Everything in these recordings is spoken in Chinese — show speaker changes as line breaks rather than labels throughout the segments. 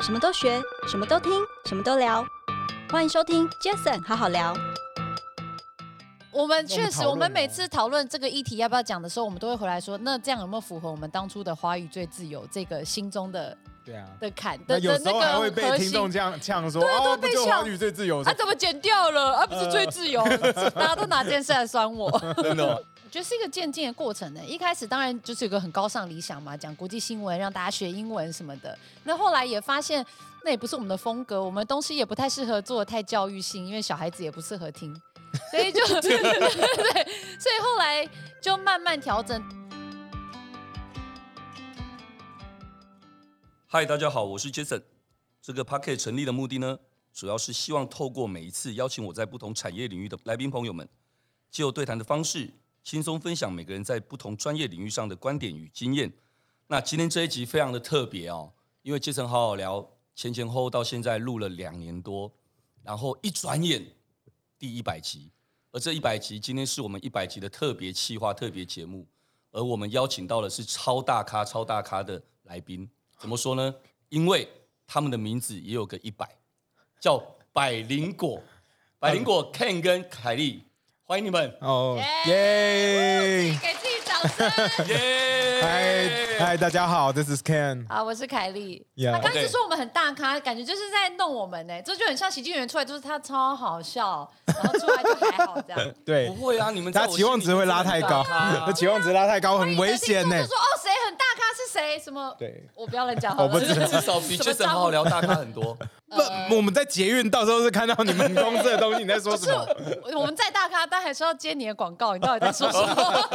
什么都学，什么都听，什么都聊。欢迎收听 Jason 好好聊。
我们确实，
讨论
我们每
哦
次讨论这个议题要不要讲的时候，我们都会回来说，那这样有没有符合我们当初的华语最自由这个心中的
对啊，
的坎
那
的
有
的
时
那
候还会
个
被
核
听
心？
众这样呛说，
对啊都
哦，不
被
就
呛
华语最自由？
啊，怎么剪掉了？啊，不是最自由，
呃
大家都拿这件事来酸我。
真的哦，
我觉得是一个渐进的过程欸呢。一开始当然就是有个很高尚理想嘛，讲国际新闻，让大家学英文什么的。那后来也发现，那也不是我们的风格，我们东西也不太适合做得太教育性，因为小孩子也不适合 听，所以就对，所以后来就慢慢调整。
嗨，大家好，我是 Jason。这个 Pocket 成立的目的呢，主要是希望透过每一次邀请我在不同产业领域的来宾朋友们，借由对谈的方式，轻松分享每个人在不同专业领域上的观点与经验。那今天这一集非常的特别哦，因为 Jason 好好聊前前后后到现在录了两年多，然后一转眼第一百集，而这一百集今天是我们一百集的特别企划特别节目，而我们邀请到的是超大咖、超大咖的来宾。怎么说呢？因为他们的名字也有个一百，叫百灵果。百灵
嗯
果 Ken 跟凯莉，欢迎 你们！
哦，
耶
耶！
给自己掌声
耶！
嗨嗨，大家好，This is Ken。
啊！我是凯莉。
Yeah
他哎刚才
OK
说我们很大咖，感觉就是在弄我们呢、欸这就很像喜剧演员出来，就是他超好笑，然后出来就还好这样。
对
不，会啊，你们在
大
我
家期望值会拉太高
心里面真 的很大咖，啊
那啊期望值拉太高很危险呢
就。说哦，谁很大咖是谁？什么？
对
我不要乱讲好了。
我不知道
至少比 Jason 好好聊大咖很多。
呃
不，我们在捷运到时候是看到你们公司的东西，你在说什么？
是我们再大咖，但还是要接你的广告。你到底在说什 么？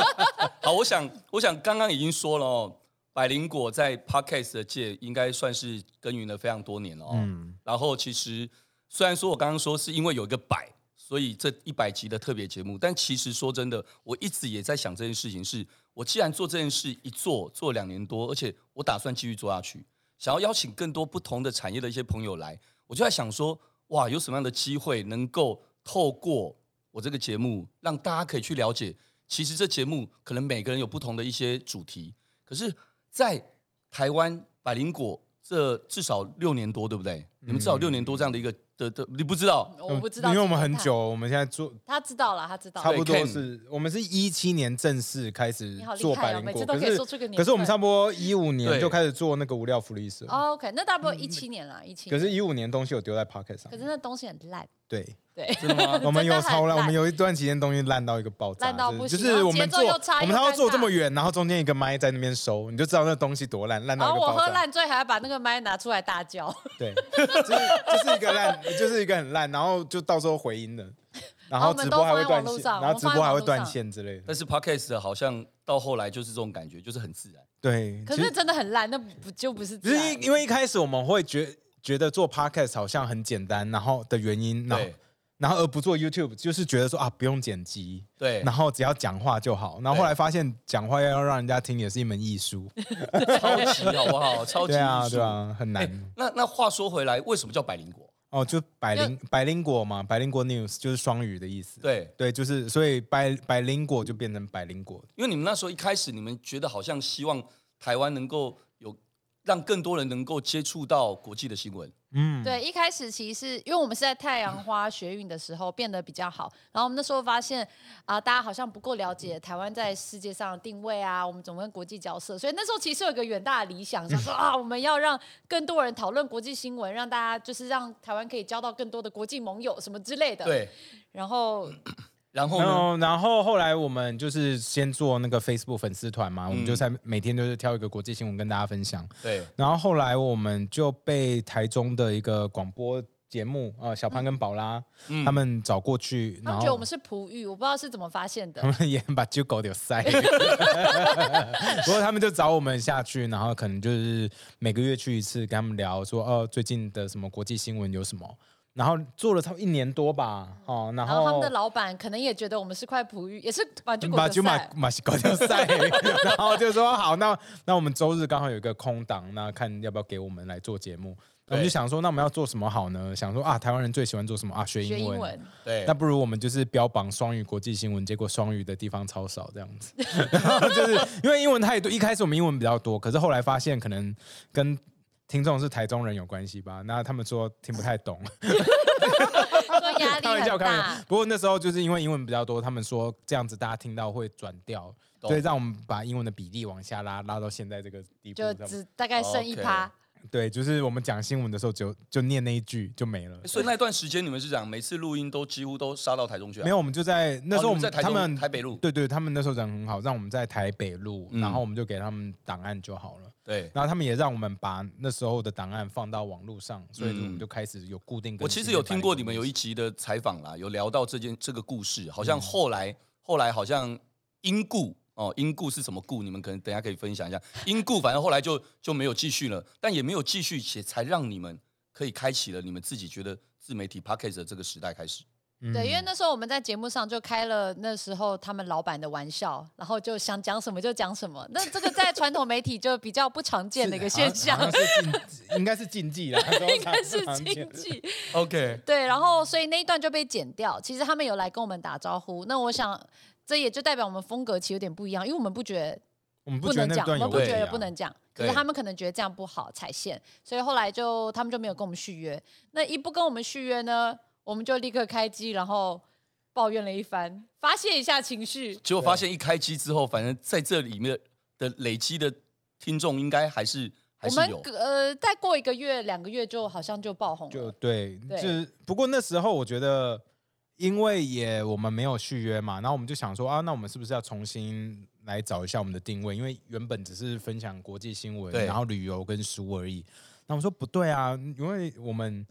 好，我想，我想刚刚已经说了哦，百灵果在 podcast 的界应该算是耕耘了非常多年了哦。
嗯
然后其实虽然说我刚刚说是因为有一个百，所以这一百集的特别节目，但其实说真的，我一直也在想这件事情是，我既然做这件事一做做两年多，而且我打算继续做下去，想要邀请更多不同的产业的一些朋友来，我就在想说，哇，有什么样的机会能够透过我这个节目，让大家可以去了解，其实这节目可能每个人有不同的一些主题，可是，在台湾百灵果这至少六年多，对不对？你们至少六年多这样的一个的的，你不知道
我不知道，
嗯因为我们很久，。我们现在做
他知道了，他知道
差
了。
不多
Ken
是，我们是一七年正式开始
好厉害哦
做百灵
每次
果，
都
可
可以说出个
是
年份
可是我们差不多一五年
对
就开始做那个无料福利社，
哦 OK，那大不一七年了，一七。
嗯可是，一五年东西有丢在 Pocket 上
可，是那东西很烂，
对，
对，
真的吗？
我们有
真的很
超烂，
烂
我们有一段期间东西烂到一个爆炸，
烂到不行
就是就是我们做
然后节奏又差
我们
又
他要
尴
做
尬
这么远，然后中间一个麦在那边收，你就知道那东西多烂，烂
然
到一
后
个
哦我
爆
喝
炸。
烂醉，还要把那个麦拿出来大叫。
对，就是就是一个烂， 就是一个很烂，然后就到时候回音了，然后
哦我们
直
都
播还会
放在网络
断线，
上
然后直播还
我
会
们放在网络上
断线之类的。
但是 podcast 好像到后来就是这种感觉，就是很自然。
对，
可
其
是
实
真的很烂，那不就不是
只
这
是因
样？
因为一开始我们会觉觉得做 podcast 好像很简单，然后的原因，然后
对
然后而不做 YouTube，就是觉得说啊不用剪辑，
对，
然后只要讲话就好。然后后来发现讲话要让人家听也是一门艺术，
超级好不好？超级
对啊
艺术
对。啊，很难。
哎那那话说回来，为什么叫百灵果？
哦，就百灵百灵果嘛，百灵果 news 就是双语的意思。
对，
对，就是所以百百灵果就变成百灵果。
因为你们那时候一开始，你们觉得好像希望台湾能够有让更多人能够接触到国际的新闻，
嗯，
对，一开始其实是因为我们是在太阳花学运的时候变得比较好，然后我们那时候发现啊、大家好像不够了解台湾在世界上的定位啊，我们怎么跟国际交涉，所以那时候其实有一个远大的理想，想说
嗯
啊，我们要让更多人讨论国际新闻，让大家就是让台湾可以交到更多的国际盟友什么之类的。，
对，
然后
嗯
然后
然
呢，
后，然后后来我们就是先做那个 Facebook 粉丝团
嗯
嘛，我们就在每天就是挑一个国际新闻跟大家分享。
对，
然后后来我们就被台中的一个广播节目，呃，小潘跟宝拉、
嗯
他们找过去，
他
然
们
后嗯
觉得我们是璞玉，我不知道是怎么发现的
他。们也把揪狗丢塞，不过他们就找我们下去，然后可能就是每个月去一次，跟他们聊说，哦，最近的什么国际新闻有什么，然后做了差不多一年多吧，哦，然
然后他们
后
的老板可能也觉得我们是块璞玉，也是把就
把
果
就马
赛。
马西狗丢塞， 然后就说哦好，那那我们周日刚好有一个空档，那看要不要给我们来做节目，我们就想说，那我们要做什么好呢？想说啊，台湾人最喜欢做什么啊？学
学
英
英
文。
文，
对
那，不如我们就是标榜双语国际新闻，结果双语的地方超少这样 子， 然后就是因为英文太多，一开始我们英文比较多，可是后来发现可能跟听众是台中人有关系吧？那他们说听不太懂，
说压力
开玩笑，
很
开玩笑
大。。
不过那时候就是因为英文比较多，他们说这样子大家听到会转调，
懂
所以让我们把英文的比例往下拉，拉到现在这个地步。
就
这样
只大概剩一趴
OK
对，就是我们讲新闻的时候就就念那一句就没了。
所以那段时间你们是讲每次录音都几乎都杀到台中去啊？
没有，我们就在那时候
哦
我
你们在台
他
中
们
台北路
对对，他们那时候人很好，让我们在台北录，
嗯
然后我们就给他们档案就好了。
对，
然后他们也让我们把那时候的档案放到网络上，所以我们就开始有固定更新。
我其实有听过你们有
一
一集的采访啦，有聊到这件这个故事，好
嗯
像后来、后来好像因故哦，因故是什么故？你们可能等一下可以分享一下。因故反正后来就就没有继续了，但也没有继续，且才让你们可以开启了你们自己觉得自媒体 p a c k a g e 的这个时代开始。
嗯
对，因为那时候我们在节目上就开了那时候他们老板的玩笑，然后就想讲什么就讲什么。那这个在传统媒体就比较不常见的一个
啊
现象，
好像是禁，应该是 禁忌啦，应
但 是经济。
OK，
对，然后所以那一段就被剪掉。其实他们有来跟我们打招呼，那我想这也就代表我们风格其实有点不一样，因为我们不觉得
我们不
不
觉得
能
那
讲，我
段有
们不
问
觉
题
得
啊
不能讲，可是
对
他们可能觉得这样不好踩线，所以后来就他们就没有跟我们续约。那一不跟我们续约呢，我们就立刻开机，然后抱怨了一番，发泄一下情绪。
结果发现一开机之后，反正在这里面的累积的听众应该还是还
我
是
们
有。
呃，再过一个月、两个月就好像就爆红
就
了。
对，
对
就是不过那时候我觉得，因为也我们没有续约嘛，然后我们就想说啊，那我们是不是要重新来找一下我们的定位？因为原本只是分享国际新闻，
对
然后旅游跟书而已。那我说不对啊，因为我们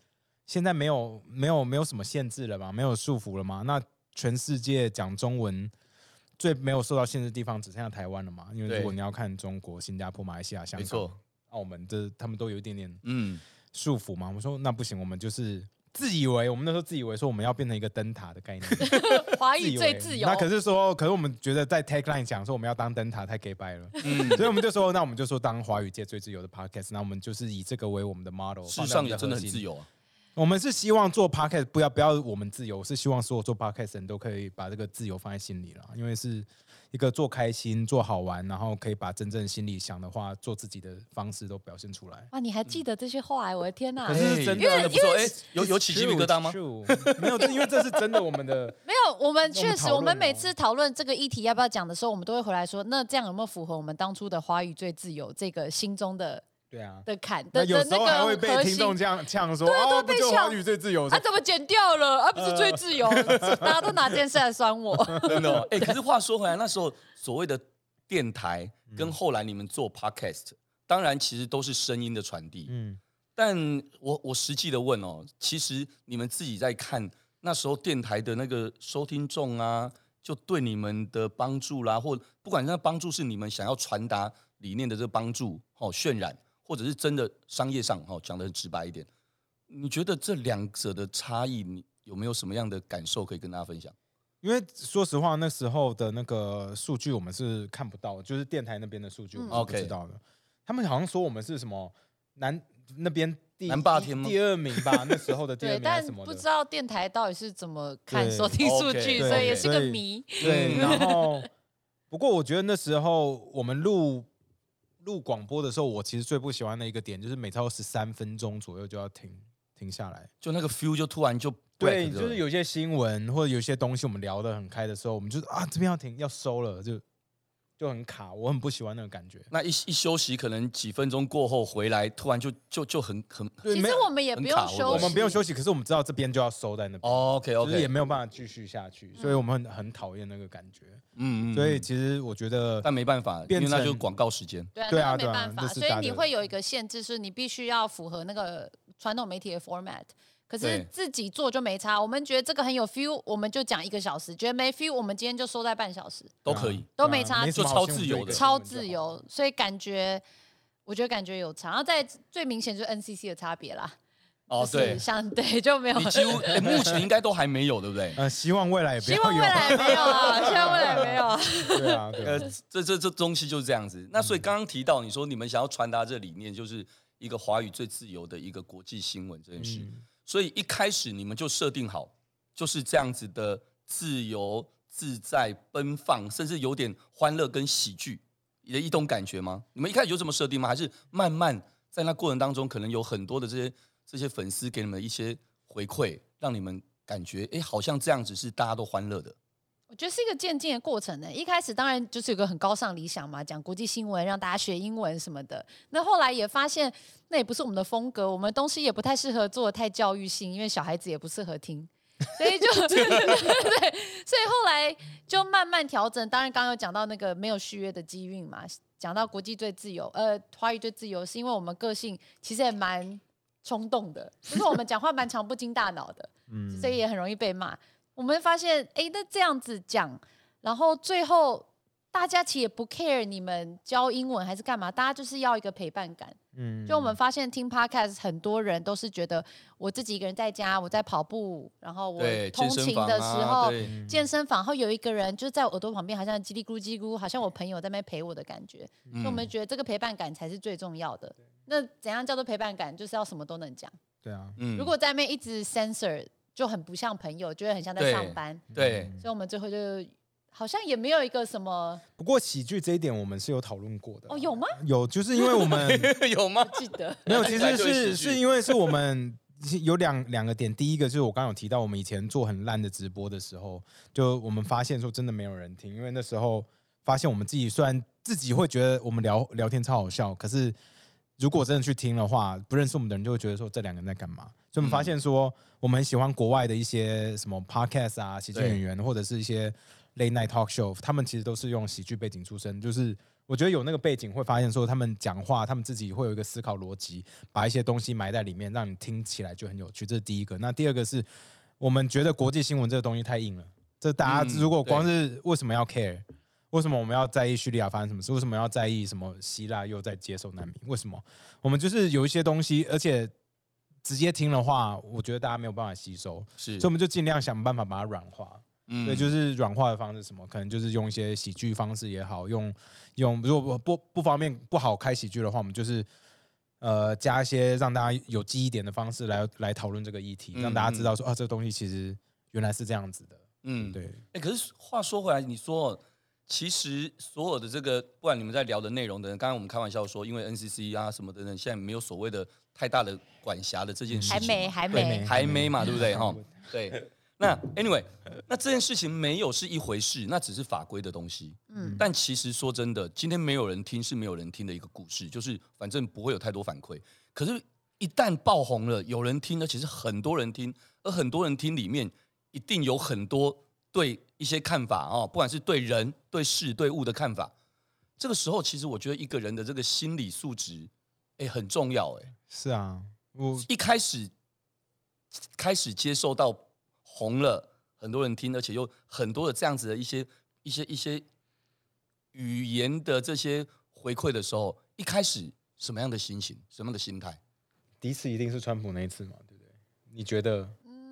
现在没有没有没有什么限制了嘛，没有束缚了嘛。那全世界讲中文最没有受到限制的地方只剩下台湾了嘛？因为
对
如果你要看中国、新加坡、马来西亚、香
没
港
错、
澳门，这他们都有一点点
嗯，
束缚嘛。我们说那不行，我们就是自以为我们那时候自以为说我们要变成一个灯塔的 概念，
华
自以
语
为
哎最自由
那，可是说，可是我们觉得在 tagline 讲说我们要当灯塔太 gay 掰了，
嗯
所以我们就说那我们就说当华语界最自由的 podcast，那我们就是以这个为我们的 model。
事实上也真的很自
由。
由啊。
我们是希望做 podcast 不要不要我们自由，是希望所有做 podcast 的人都可以把这个自由放在心里了，因为是一个做开心、做好玩，然后可以把真正心里想的话，做自己的方式都表现出来。
哇，你还记得这些话哎，我的天哪！
可是是真的
哎不错，哎，有有起鸡皮疙瘩吗？
True, true 没有，这因为这是真的，我们的
没有，我们
那我们
确实，
讨
我们
论
每
哦
次讨论这个议题要不要讲的时候，我们都会回来说，那这样有没有符合我们当初的华语最自由这个心中的
对啊。
的坎
那
的
有
的
时
那
候还会
个
被
核
听众
心？
这样呛说：“
对啊都
哦，
会
不
被
就
呛
华语最自由。”
啊，怎么剪掉了？啊，不是最自 由，大家都拿这件事来酸我。
真的、哦。哎、可是话说回来，那时候所谓的电台跟后来你们做 podcast，、当然其实都是声音的传递。
嗯，
但我我实际的问哦，其实你们自己在看那时候电台的那个收听众啊，就对你们的帮助啦，或不管那帮助是你们想要传达理念的这个帮助哦，渲染，或者是真的商业上哦，讲的很直白一点，你觉得这两者的差异，你有没有什么样的感受可以跟大家分享？
因为说实话，那时候的那个数据我们是看不到的，就是电台那边的数据我们
嗯
是不知道的。他们好像说我们是什么南那边第
南霸天吗
第二名吧，那时候的第二
对，
名还
但
是啊什么
不
的
知。道电台到底是怎么看
对哦
收听数据，
OK，
所以也是个
对
谜。
对，
嗯
然后不过我觉得那时候我们录录广播的时候，我其实最不喜欢的一个点就是每超十三分钟左右就要停停下来。
就那个 feel 就突然就 break
对，
了
就是有些新闻或者有些东西我们聊得很开的时候，我们就是啊这边要停要收了，就就很卡，我很不喜欢那个感觉。
那一一休息，可能几分钟过后回来，突然就就就很很
对，
其
没
实
有
我们也
很
不用
卡
休息，
我哦
我们不用休息，可是我们知道这边就要收在那边，
OK
就是也
OK，
没有办法继续下去，所以我们很很讨厌那个感觉。
嗯嗯
所以
嗯
其实我觉得，
但没办法，因
变
为那
成
就是广告时间。
对啊，
对
那
啊
个
对啊
没办法，
这是
所以
大
你
的
会有一个限制，是你必须要符合那个传统媒体的 format。可是
对
自己做就没差，我们觉得这个很有 feel，我们就讲一个小时；觉得没 feel，我们今天就收在半小时，
都可以
对啊
都没差
对啊什么
就超
好新闻
自由
一个
的对
新
超
闻就
自
好
由。所以感觉，我觉得感觉有差。然后在最明显就是 NCC 的差别啦，
哦，
啊就是
对，
像 对就没有
你，几乎哎目前应该都还没有，对不对？
呃，希望未来也不
希
要
望
有
未。来 没有啊， 希望未来没有啊。
对啊， 对
呃
啊，，
这这这东西就是这样子。那所以刚刚提到，你说你们想要传达这理念，就是一个华语最自由的一个国际新闻这件事。
嗯
所以一开始你们就设定好，就是这样子的自由自在、奔放，甚至有点欢乐跟喜剧的一种感觉吗？你们一开始就这么设定吗？还是慢慢在那过程当中，可能有很多的这些这些粉丝给你们一些回馈，让你们感觉哎，好像这样子是大家都欢乐的。
我觉得是一个渐进的过程呢、一开始当然就是有个很高尚理想嘛，讲国际新闻，让大家学英文什么的。那后来也发现，那也不是我们的风格，我们东西也不太适合做得太教育性，因为小孩子也不适合听。所以就 对，所以后来就慢慢调整。当然，刚刚有讲到那个没有续约的机运嘛，讲到国际最自由，呃，华语最自由，是因为我们个性其实也蛮冲动的，就是我们讲话蛮常不经大脑的。
嗯
所以也很容易被骂。我们发现，哎、那这样子讲，然后最后大家其实也不 care 你们教英文还是干嘛，大家就是要一个陪伴感。
嗯
就我们发现听 podcast，很多人都是觉得我自己一个人在家，我在跑步，然后我
对，
通
健身
勤
房
的时
啊，
候。
对，
健身房，然后有一个人就在我耳朵旁边，好像叽里咕噜叽里咕噜，好像我朋友在那边陪我的感觉。所
嗯
以我们觉得这个陪伴感才是最重要的。那怎样叫做陪伴感？就是要什么都能讲。
对啊，
嗯
如果在那边一直 censor，就很不像朋友，就会很像在
对嗯
上班。
对
所以我们最后就好像也没有一个什么
嗯不过喜剧这一点我们是有讨论过的啊
哦，有吗？
有，就是因为我 们
有吗？
记 得
没有，其
本
实
来就会
是
喜剧
是因为是我们是有两两个点，第一个就是我刚刚有提到，我们以前做很烂的直播的时候，就我们发现说真的没有人听，因为那时候发现我们自己虽然自己会觉得我们聊聊天超好笑，可是如果真的去听的话，不认识我们的人就会觉得说这两个人在干嘛。所以我们发
嗯
现说，我们很喜欢国外的一些什么 podcast 啊、喜剧
对
演员或者是一些 late night talk show，他们其实都是用喜剧背景出身，就是。我觉得有那个背景，会发现说他们讲话，他们自己会有一个思考逻辑，把一些东西埋在里面，让你听起来就很有趣。这是第一个。那第二个是我们觉得国际新闻这个东西太硬了，这大家
嗯
如果光是为什么要 care，、为什么我们要在意叙利亚发生什么事，为什么要在意什么希腊又在接受难民，为什么我们就是有一些东西，而且直接听的话，我觉得大家没有办法吸收，
是
所以我，们就尽量想办法把它软化。
嗯
对，就是软化的方式，什么可能就是用一些喜剧方式也好，用用如果不不不方便不好开喜剧的话，我们就是呃加一些让大家有记忆点的方式来来讨论这个议题，
嗯
让大家知道说啊，这个东西其实原来是这样子的。
嗯，
对，
哎、可是话说回来，你说哦其实所有的这个，不管你们在聊的内容的，刚刚我们开玩笑说，因为 NCC 啊什么等等，现在没有所谓的太大的管辖的这件事
还
情嘛，
没，还
对
没
没。
还没嘛，对不对？哈，对。那 anyway，那这件事情没有是一回事，那只是法规的东西。
嗯
但其实说真的，今天没有人听是没有人听的一个故事，就是反正不会有太多反馈。可是，一旦爆红了，有人听了，其实很多人听，而很多人听里面一定有很多对一些看法哦，不管是对人、对事、对物的看法。这个时候，其实我觉得一个人的这个心理素质，哎，很重要，哎。
是啊，我
一开始开始接受到红了，很多人听，而且又很多的这样子的一些一些一些语言的这些回馈的时候，一开始什么样的心情，什么样的心态？
第一次一定是川普那一次嘛，对不对？你觉得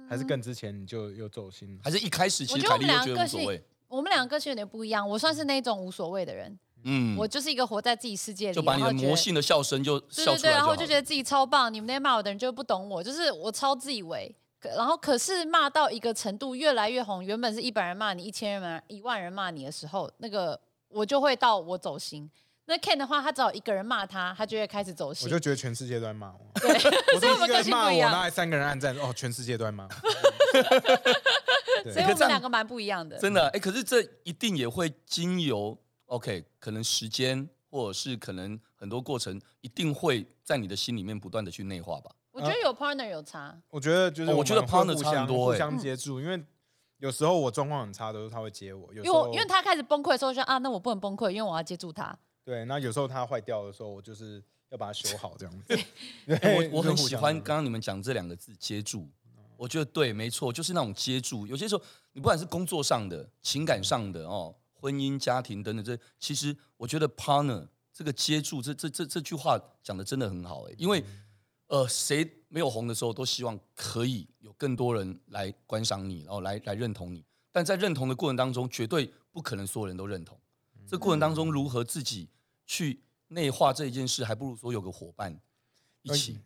还是更之前你就又走心了？
还是一开始其
我
实
觉得
凯
我
莉
们
又
两
觉
个
得无
个
所
性
谓，，
我们两个个性有点不一样。我算是那种无所谓的人，
嗯，
我就是一个活在自己世界里，
就把你的
然后觉得
魔性的笑声就
对
笑
对
出
对，
来
然后
好
我就觉
了。
得自己超棒，你们那些骂我的人就不懂我，就是我超自以为。可然后可是骂到一个程度越来越红，原本是一百人骂你，一千人骂一万人骂你的时候，那个我就会到我走心。那 Ken 的话，他只要一个人骂他，他就会开始走
我
心
就。觉得全世界都在 骂我，
对，
我
所以我们
就一个
个
人
性
骂
不一
我，
样
然后。还三个人暗赞，哦，全世界都在 骂。对
所以
欸
哎
我
可这
们
样
两个蛮不一样的。
真的哎、可是这一定也会经由 OK，可能时间或者是可能很多过程，一定会在你的心里面不断的去内化吧。
我觉得有 partner 有差，
我觉得就是
哦我觉得
们会
partner
互
差很
相
多
互
欸
相接住，因为有时候我状况很差的时候，他会接我，有
因
时
为我
候
因为他开始崩溃的时候，我就说啊，那我不能崩溃，因为我要接住他。
对，那有时候他坏掉的时候，我就是要把它修好这样子。
哎
对
我我
就
很
互
喜
相
欢
的嗯
刚刚你们讲这两个字“接住”，我觉得对，没错，就是那种接住。有些时候，你不管是工作上的、情感上的哦，婚姻、家庭等等，这其实我觉得 partner 这个接住这这这这句话讲的真的很好哎、因为
嗯
呃，谁没有红的时候，都希望可以有更多人来观赏你，然、后来来认同你。但在认同的过程当中，绝对不可能所有人都认同。
嗯
这过程当中，如何自己去内化这一件事，还不如说有个伙伴一起。
嗯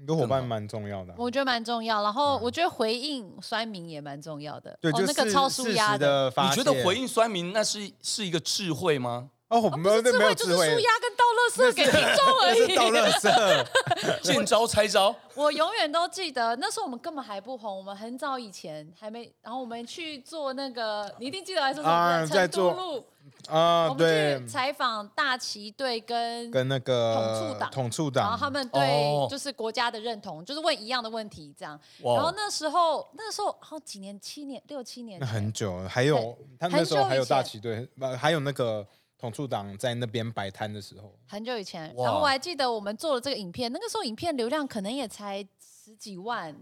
你的伙伴
好
蛮重要的啊、
我觉得蛮重要。然后我觉得回应酸民也蛮重要的。
对，
哦
就，
那个
是
超舒
适
压
时的发
你
泄。
觉得回应酸民那是是一个智慧吗？
哦，我没有
智
没有
慧就是
智
舒
慧，
压跟倒垃圾给听众而
是倒
已。
垃圾，
见招拆招，
我永远都记得那时候我们根本还不红，我们很早以前还没，然后我们去做那个，你一定记得还是什
啊
么？
在
成
做
都路，
啊
我，
对
们去，采访大旗队跟
跟那个
统促党
统促
然后
党，
他们
哦
对就是国家的认同，就是问一样的问题这样。
哇
然后那时候那时候好几年，七年六七年
那
前，
很久了，还有他们那时候还有大旗队，呃还有那个统促党在那边摆摊的时候，
很久以前。
哇
然后我还记得我们做了这个影片，那个时候影片流量可能也才十几万，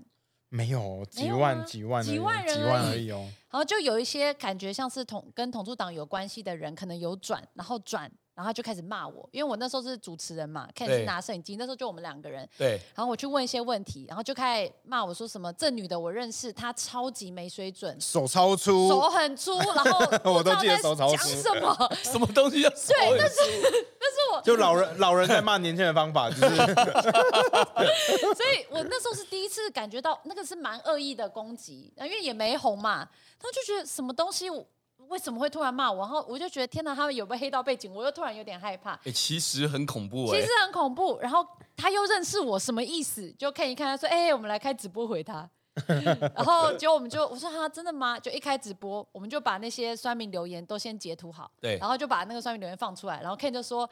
没有几
没有
万
啊
几万而已
几万人
几万
而
而
已
已哦，
然后就有一些感觉像是统跟统促党有关系的人，可能有转，然后转，然后他就开始骂我，因为我那时候是主持人嘛，Ken
对
是拿摄影机，那时候就我们两个人，
对，
然后我去问一些问题，然后就开始骂我说什么这女的我认识，她超级没水准，
手超粗，
手很粗，然后
我都记得
不知
手超
道在
粗
讲什 么，
什么东西要收？对，但是
但是我
就老人老人在骂年轻人的方 法，就是
所以我那时候是第一次感觉到那个是蛮恶意的攻击，啊因为也没红嘛，然后就觉得什么东西我为什么会突然骂我，然后我就觉得天哪，他们有没有黑到背景，我又突然有点害怕，
哎，其实很恐怖
其
哎
实，很恐怖。然后他又认识我，什么意思？就看一看，他说：“哎、我们来开直播回他。” 然后结果我们就我说哈、真的吗？就一开直播，我们就把那些酸民留言都先截图好，
对
然后就把那个酸民留言放出来，然后 Ken 就说。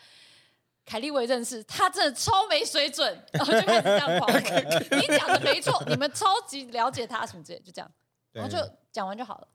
凯莉我也认识，他真的超没水 准，然后就开始这样狂回。你讲的没错，你们超级了解他什么之类，就这样，然后就讲完就好了。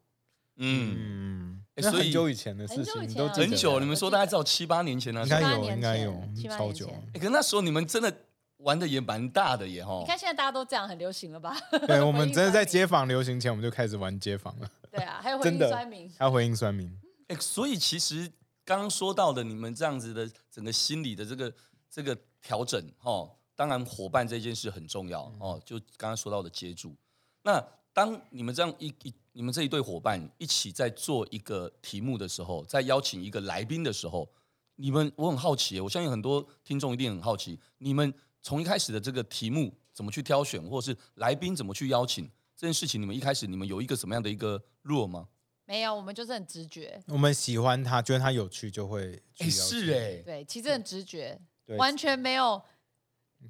嗯，
嗯，
欸
那
所以
很久以前的事
很
情，
久以
你
前
都
啊
记得
很久，你们说大概至少七八年前呢哎
应。该
七八
有，
年
应该有
前七，八
超
年
久 了。
前
哎，可那时候你们真的玩的也蛮大的耶
哦
哈
你。看现在大家都这样，很流行了吧？
对，我们真的在
接
街访流行前，我们就开始玩街访了，
对啊，还有回
真
应
的
酸民，
还要回应酸民。
哎，所以其实刚刚说到的，你们这样子的整个心理的这个这个调整哦，当然伙伴这件事很重要
嗯
哦。就刚刚说到的接住，那当你们这样一一你们这一对伙伴一起在做一个题目的时候，在邀请一个来宾的时候，你们我很好奇耶，我相信很多听众一定很好奇，你们从一开始的这个题目怎么去挑选，或者是来宾怎么去邀请这件事情，你们一开始你们有一个什么样的一个 rule 吗？
没有，我们就是很直觉，
我们喜欢他，觉得他有趣，就会去
哎，
邀
是
请
哎、
对，其实很直觉，
对
完全没有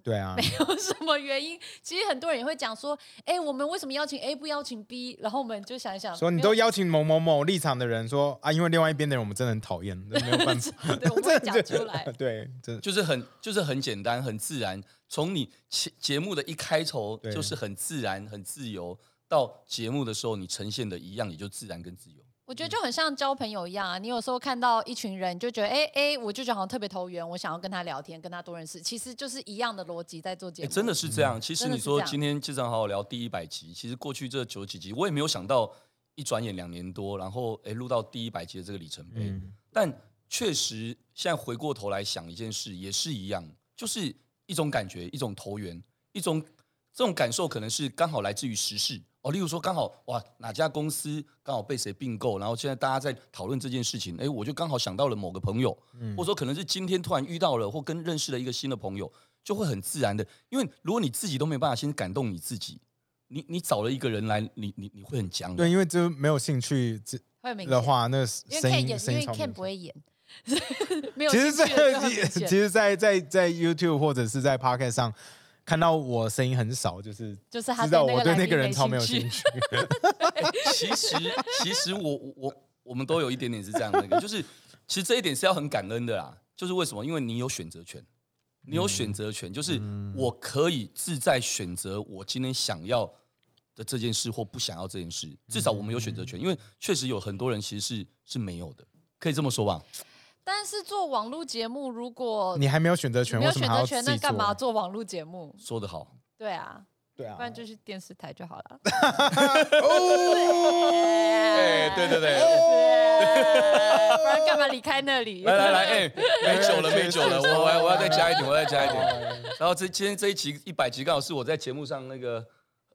对啊，
有什么原因。其实很多人也会讲说，哎、我们为什么邀请 A 不邀请 B？然后我们就想一想，
说你
没有
都邀请某某某立场的人说啊，因为另外一边的人我们真的很讨厌，没有办 法，。
对，我们会讲出来
对，真的
就是很就是很简单很自然，从你节节目的一开头
对
就是很自然很自由，到节目的时候你呈现的一样也就自然跟自由。
我觉得就很像交朋友一样啊，你有时候看到一群人，你就觉得，哎、哎，我就觉得好像特别投缘，我想要跟他聊天，跟他多认识，其实就是一样的逻辑在做节
哎，
目。
真的是这样。其实
真的
你
是这
说
样
今天《机场好好聊》第一百集，其实过去这九十几集我也没有想到，一转眼两年多，然后哎录到第一百集的这个里程碑。
嗯
但确实现在回过头来想一件事，也是一样，就是一种感觉，一种投缘，一种这种感受可能是刚好来自于时事哦。例如说，刚好哇哪家公司刚好被谁并购，然后现在大家在讨论这件事情，哎，我就刚好想到了某个朋友，
嗯
或者说可能是今天突然遇到了或跟认识了一个新的朋友，就会很自然的，因为如果你自己都没办法先感动你自己。你你找了一个人来，你你你会很僵的
对，因为就没有兴趣这
会有明
的
显，
话，那个
因为
声
Ken 演
音，声
因为
音超
Ken
明
不
显。
会演，没有
其实
兴
在
趣的就很明显
其实在，在在 YouTube 或者是在 p o c k e t 上看到我声音很少，就是
就是他
知道
对那
我
个
对
来
那
宾
个
没
人超没有
兴
兴
趣
趣。
其实，其实我我我我们都有一点点是这样的，就是其实这一点是要很感恩的啦。就是为什么？因为你有选择权，你有选择权，就是我可以自在选择我今天想要的这件事或不想要这件事。至少我们有选择权，因为确实有很多人其实是是没有的，可以这么说吧？
但是做网络节目，如果
你还没有选择权，
没
为
有
什么
选
还要
择
自
权，
己
那干嘛做
做？
网络节目？
说得好，
对啊，
对啊
不，然就去电视台就好 了。
哎、对对对。
不然干嘛离开那里？
来来来，哎、没酒了，没酒了，我我要我要再加一点，我要再加一
啊
点。然后这今天这一期一百集，刚好是我在节目上那个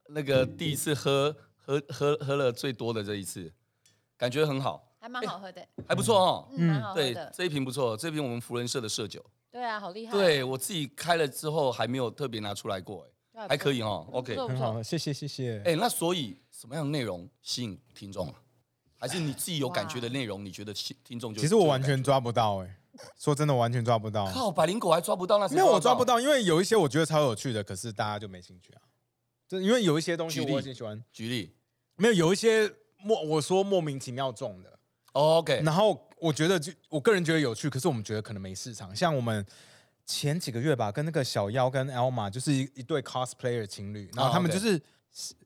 那个第一次喝喝喝喝了最多的这一次，感觉很好，
还蛮好喝的，
还不错哦。
哎嗯，蛮好喝
对，
的。
这一瓶不错，这一瓶我们福人社的社酒，
对啊，好厉害。
对我自己开了之后还没有特别拿出来过，
对
哎
啊，
还可
不
以哦。
错
OK，
不错
很
不
好，
错。
谢谢谢谢。
哎、那所以什么样的内容吸引听众啊？还是你自己有感觉的内容，你觉得听听众就
其实我完
就有感
全抓不到哎、说真的，我完全抓不到。
靠，百灵果还抓不到那谁
没有，我抓
得
不。到，因为有一些我觉得超有趣的，可是大家就没兴趣啊。就因为有一些东西
举例
我很喜欢，
举例
没有有一些莫我说莫名其妙中的，
哦，OK，
然后我觉得就我个人觉得有趣，可是我们觉得可能没市场。像我们前几个月吧，跟那个小妖跟 Elma 就是一一对 cosplayer 情侣，然后他们就
对
是。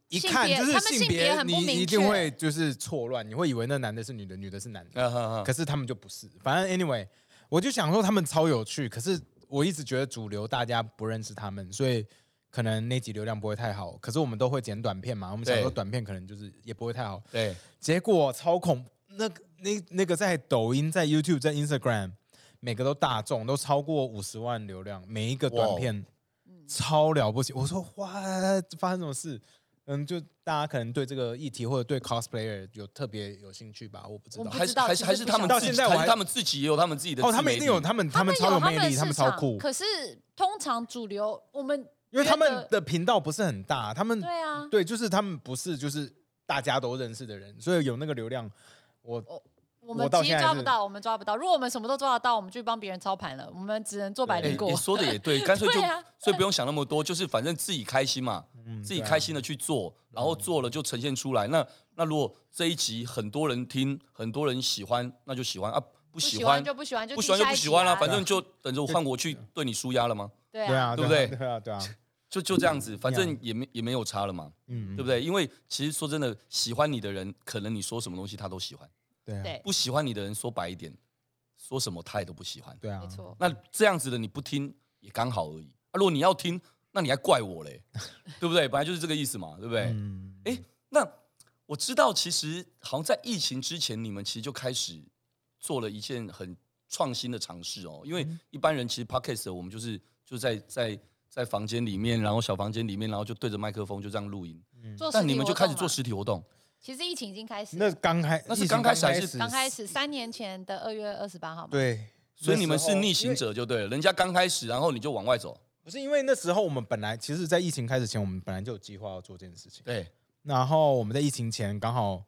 一
性
看
别
就是
他们性别很不
你
明
一定
确
会就是错乱，你会以为那男的是女的，女的是男的。
嗯哼哼
可是他们就不是。反正 anyway，我就想说他们超有趣，可是我一直觉得主流大家不认识他们，所以可能那集流量不会太好。可是我们都会剪短片嘛，我们想说
对
短片可能就是也不会太好。
对，
结果超恐，那个那那个在抖音、在 YouTube、在 Instagram，每个都大众都超过五十万流量，每一个短片超了不起。我说哇，发生什么事？嗯，就大家可能对这个议题或者对 cosplayer 有特别有兴趣吧，我不知道
我。不
还
知
是
道
还
其实
是还是
不
他们
晓
得
自
到现
己
在我
还是
还
他们自己也有他们自己的
哦，
自
他们
媒
一定
体
有，他们
他
们超
有
魅
们
力，
的
他们
市
超
场
酷，
可是通常主流我们
因为
觉
他们
得
的频道不是很大，他们
对啊，
对，就是他们不是就是大家都认识的人，所以有那个流量，我
我
我
们
到
其
现
实
在
抓不
是
到，我们抓不到。如果我们什么都抓得到，我们就帮别人操盘了，我们只能做百
哎
灵果
你。说的也对，干脆就
对啊
所以不用想那么多，就是反正自己开心嘛，
嗯
自己开心的去做，然后做了就呈现出来。那那如果这一集很多人听，很多人喜欢，那就喜欢啊，不
不
喜
喜
欢
欢就不喜欢，就
不
听
喜欢就
下
不
一
喜
集
欢了、
啊
反正就等着我换我去对你舒压了吗？
对
对啊，
对不
对啊
对
对啊， 对啊，
就就这样子，反
一
正也没也没有差了嘛，
嗯，
对不对？因为其实说真的，喜欢你的人，可能你说什么东西他都喜欢；
对啊，
对，
不喜欢你的人，说白一点，说什么他也都不喜欢。
对啊
没，错。
那这样子的你不听也刚好而已。啊、如果你要听，那你还怪我嘞，对不对？本来就是这个意思嘛，对不对？
嗯，
哎、那我知道，其实好像在疫情之前，你们其实就开始做了一件很创新的尝试哦。因为一般人其实 podcast 我们就是就在在在房间里面，然后小房间里面，然后就对着麦克风就这样录音。
做
但
实
你
体
们
活
就开始
动啊
做
嘛，
实体活动，
其实疫情已经开始了，
那刚开
那是
疫情
刚开
开
始还是
刚开始三年前的二月二十八号嘛，
对，
所以你们
那
是
时候
逆行，者就对了。人家刚开始，然后你就往外走，
因为不是因为那时候我们本来其实，在疫情开始前，我们本来就有计划要做这件事情，
对，
然后我们在疫情前刚好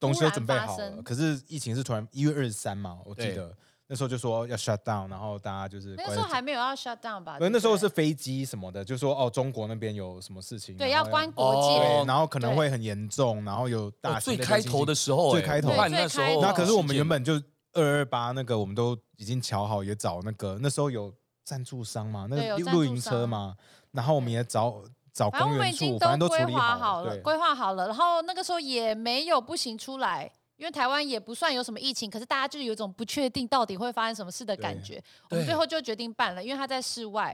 东西都准备好
突然发
了，
生
可是疫情是突然一月二十三嘛，我记
对
得那时候就说要 shut down，然后大家就是
那
关
时候
在
还没有要 shut down 吧？
呃，那时候
对
是
不
飞机什么的，就说哦，中国那边有什么事情，
对对
然
要
后
关国界，
哦
对，然后可能
对
会很严重，然后有大
哦
型
最
的
开
经济
头的时候、
最
哎
开头
我看
对
那时
最
候
开头
哦，
那可是我们
事件
原本就二二八那个，我们都已经瞧好，也找那个那时候有赞助商嘛，那
对有
个
赞助
露营车嘛，然后我们也找找
反正
公
我们
园
已经
处，
都
反正
规
处理
划
好
了，
对，
规划好了。然后那个时候也没有不行出来，因为台湾也不算有什么疫情，可是大家就是有一种不确定到底会发生什么事的感
对
觉。我们
对
最后就决定办了，因为它在室外，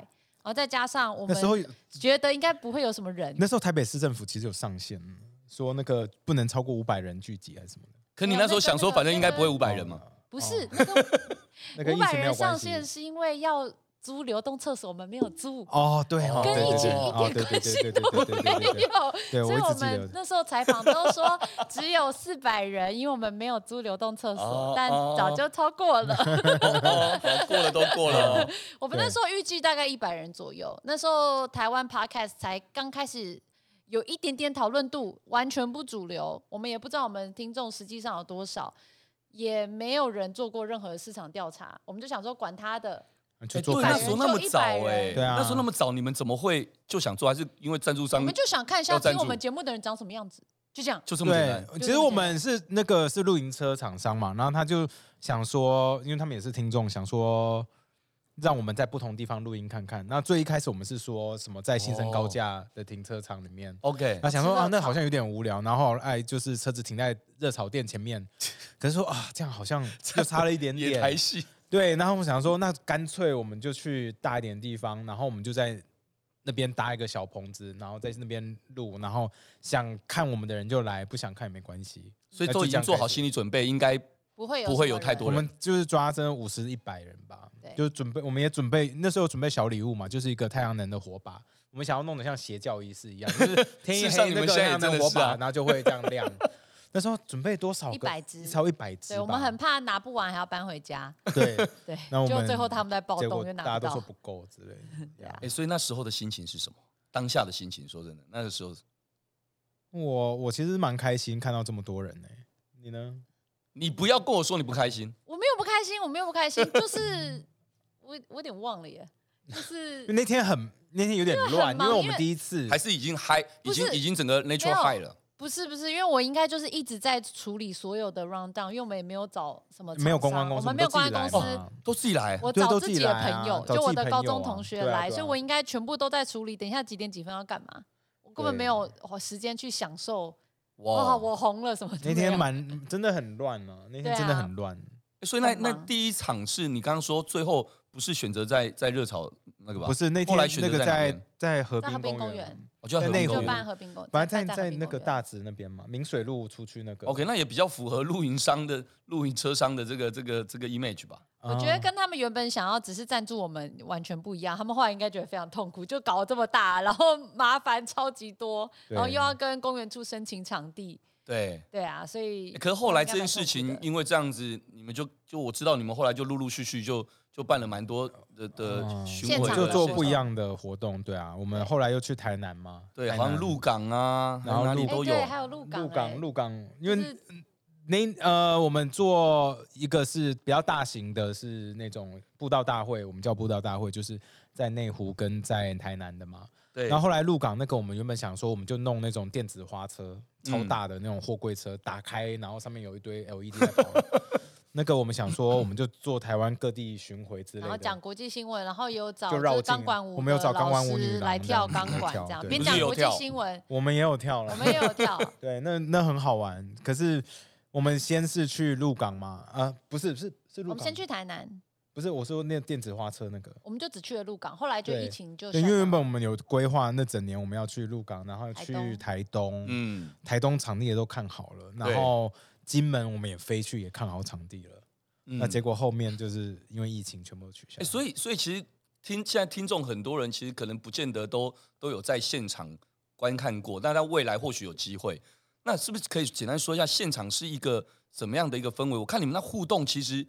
然后再加上我
那时候
们觉得应该不会有什么人。
那时候台北市政府其实有上限，说那个不能超过五百人聚集还是什么的，
可你那时候想说，反正应该不会五百人嘛。
不是、那个
哦 那个疫
五百
情没有
人
关
上
系。
线是因为要租流动厕所，我们没有租。
哦，对哦，
跟
对对
疫情
对
一
哦
点
对对
关系
对对对对对
没
对对
有，
对
所
我
以
一
我
直记
们
得。
那时候采访都说只有四百人，因为我们没有租流动厕
哦
所，但早就超过 了。
哦，好过了都过了哦，
我们
对
那时候预计大概一百人左右，那时候台湾 podcast 才刚开始有一点点讨论度，完全不主流，我们也不知道我们听众实际上有多少，也没有人做过任何市场调查，我们就想说管他的，
去
哎
做
对，
开
那
百
时
人
候
就
那么
100
早
人
哎、
对啊
那时候那么早，你们怎么会就想做？还是因为赞助
我
商
们就想看一下
要赞
听
助
我们节目的人长什么样子，就这样。
就这么简
对
单？，
其实我们是那个是露营车厂商嘛，然后他就想说，因为他们也是听众，想说让我们在不同地方录音看看。那最一开始我们是说什么在新生高架的停车场里面，
OK，
那想说
吃热
啊，那
炒
好像有点无聊，然后哎，就是车子停在热炒店前面，可是说啊，这样好像就差了一点
也台
点。
戏
对，然后我想说，那干脆我们就去大一点的地方，然后我们就在那边搭一个小棚子，然后在那边录，然后想看我们的人就来，不想看也没关系。
所以都已经做好心理准备，应该
不会有
不会
什么
有太
人
多
我
人
们就是抓真五十一百人吧
对，
就准备，我们也准备那时候准备小礼物嘛，就是一个太阳能的火把，我们想要弄得像邪教仪式一样， 就是天一
事实上
黑
你
那
们
个
现
太
在也
阳
真的
能火
是啊
把，然后就会这样亮。那时候准备多少个？
100只
超一百只吧。
对我们很怕拿不完还要搬回家，
对，
对，
那我
就
们
最后他们在 暴
结
动
果
就
大
拿
家
不
都说
到。啊
不够之类 的呀
哎、。所以那时候的心情是什么？当下的心情，说真的，那个时候
我我其实蛮开心看到这么多人呢、你呢？
你不要跟我说你不开心，
我没有不开心，我没有不开 心，就是我我有点忘了耶，就是
因为那天很那天有点乱，
很
因
忙
为我
因
们
为
第一次
还是已经嗨，已
不是
经已经整个 nature
没有
high 了。
不是不是，因为我应该就是一直在处理所有的 round down，因为我们也没有找什么
没有
厂
公关
商
公司，
我们没有
都
公
自己
关
来
公
嘛
司，
都自己来，
我
对
找
都
自
自己
己的
来啊
朋友，就
找自
我
己
的
朋
高
友
中
啊
同学
对啊
来，
对
所以
啊
我应该全部都在处理。等一下几点几分要干嘛？我根本
对
没有哦时间去享受哇，
哇！
我红了什么都没
那
有？
天蛮真的很乱啊，那
对
天
啊
真的很乱。
哎所以那
很
那
忙
第一场是你刚刚说最后不是选择在在热潮那个吧？
不是那
后
天
来选
那
择
个
在哪
在
边
在河
在河
滨
滨公
园
园，
我就
在
在河
那
滨
个
公
就
湖
办
园。
和平公，
反正在
在
在
和平
那
公
个
园
大直那边嘛，明水路出去那个。
OK，那也比较符合露营商的露营车商的这个这个这个 image 吧。
嗯
我觉
嗯
得跟他们原本想要只是赞助我们完全不一样，他们后来应该觉得非常痛苦，就搞得这么大，然后麻烦超级多，
对
然后又要跟公园处申请场地，
对，
对啊，所以
欸可是后来这件事
应该
情
蛮，痛苦的
因为这样子，你们就就我知道你们后来就陆陆续续就就办了蛮多的
哦
的呃巡
现
回
场
的，
嗯就做
活
不一
动
样的活动，对啊，我们后来又去台南嘛，
对，
台
好像
南
鹿港啊，
然后
哪里
鹿
哎
都有
对，。还有鹿港、
鹿
哎
港鹿港，因
就
为
是
那呃，我们做一个是比较大型的，是那种布道大会，我们叫布道大会，就是在内湖跟在台南的嘛。
对，
然后后来鹿港那个，我们原本想说，我们就弄那种电子花车，超大的那种货柜车，打开，然后上面有一堆 LED 在 跑。那个我们想说，我们就做台湾各地巡回之类
然后
的。
讲国际新闻，然后也有找
就
就
绕
是
境
钢管舞的老师，
我们有找钢管舞女郎
来跳
这样
钢管
跳
这样，
对
边
不是
讲
有
国际
跳
新 闻，
我们也有跳了
我，们也有跳，
对，那那很好玩。可是我们先是去鹿港嘛，啊，不是是是鹿
我
港，
们先去台南，
不是我说那电子花车那个。
我们就只去了鹿港，后来就
对
疫情就
对，因为
下
原
嘛
本我们有规划，那整年我们要去鹿港，然后
台
去
东
台东，
嗯，
台东场地也都看好了，然后金门我们也飞去也看好场地了。
嗯
那结果后面就是因为疫情全部都取消
啊
哎，，所以所以其实听现在听众很多人其实可能不见得都都有在现场观看过，但他未来或许有机会。那是不是可以简单说一下现场是一个怎么样的一个氛围？我看你们那互动其实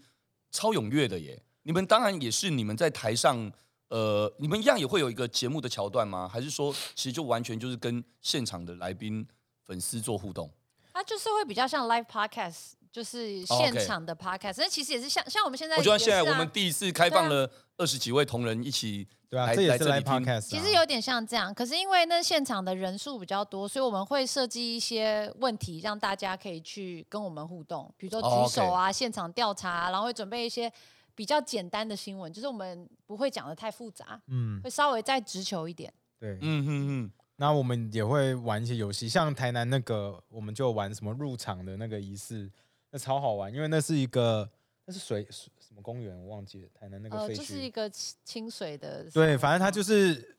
超踊跃的耶！你们当然也是你们在台上，呃，你们一样也会有一个节目的桥段吗？还是说其实就完全就是跟现场的来宾粉丝做互动？
它就是会比较像 live podcast，就是
哦
现
，OK
场的 podcast。那、其实也是像像我们现在
我
也
觉
是
得
啊，
现在我们第一次开放了二十几位同仁一起
对啊，
来
这也
来
是
这
live
里听
podcast 啊。
其实有点像这样，可是因为那现场的人数比较多，所以我们会设计一些问题，让大家可以去跟我们互动，比如说
哦
举手啊、现场调查啊、然后会准备一些比较简单的新闻，就是我们不会讲的太复杂，
嗯，
会稍微再直球一点。
对。
嗯嗯嗯，
那我们也会玩一些游戏，像台南那个，我们就玩什么入场的那个仪式，那超好玩，因为那是一个那是水水什么公园，我忘记了，台南那个
呃，
废
就是一
墟。
个清清水的，
对，反正它就是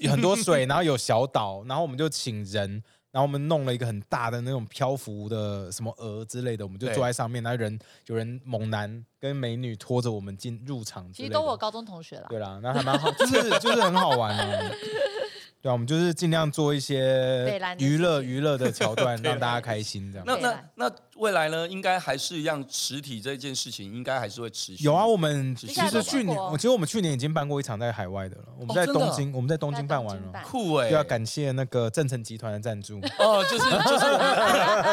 有很多水，然后有小岛，然后我们就请人，然后我们弄了一个很大的那种漂浮的什么鹅之类的，我们就
对
坐在上面，然后人有人猛男跟美女拖着我们进入场之
其
类
实
的，
都我高中同学啦。
对啦，那还蛮好， 就是就是很好玩啊。 对啊，我们就是尽量做一
北
些
兰的
娱乐
事情
娱乐的 桥段，让大家开心这样。
那
未
那
来
那未来呢？应该还是一样，实体这件事情应该还是会持续。
有啊，我们
只
其
是
实去年
在中，国
其实我们去年已经办过一场在海外的了。我们在
哦真的
东京，我们在东
在
京办
东
完
京
了
办。
酷哎、
对啊，感谢那个正成集团的赞 助。
哦，就是就是我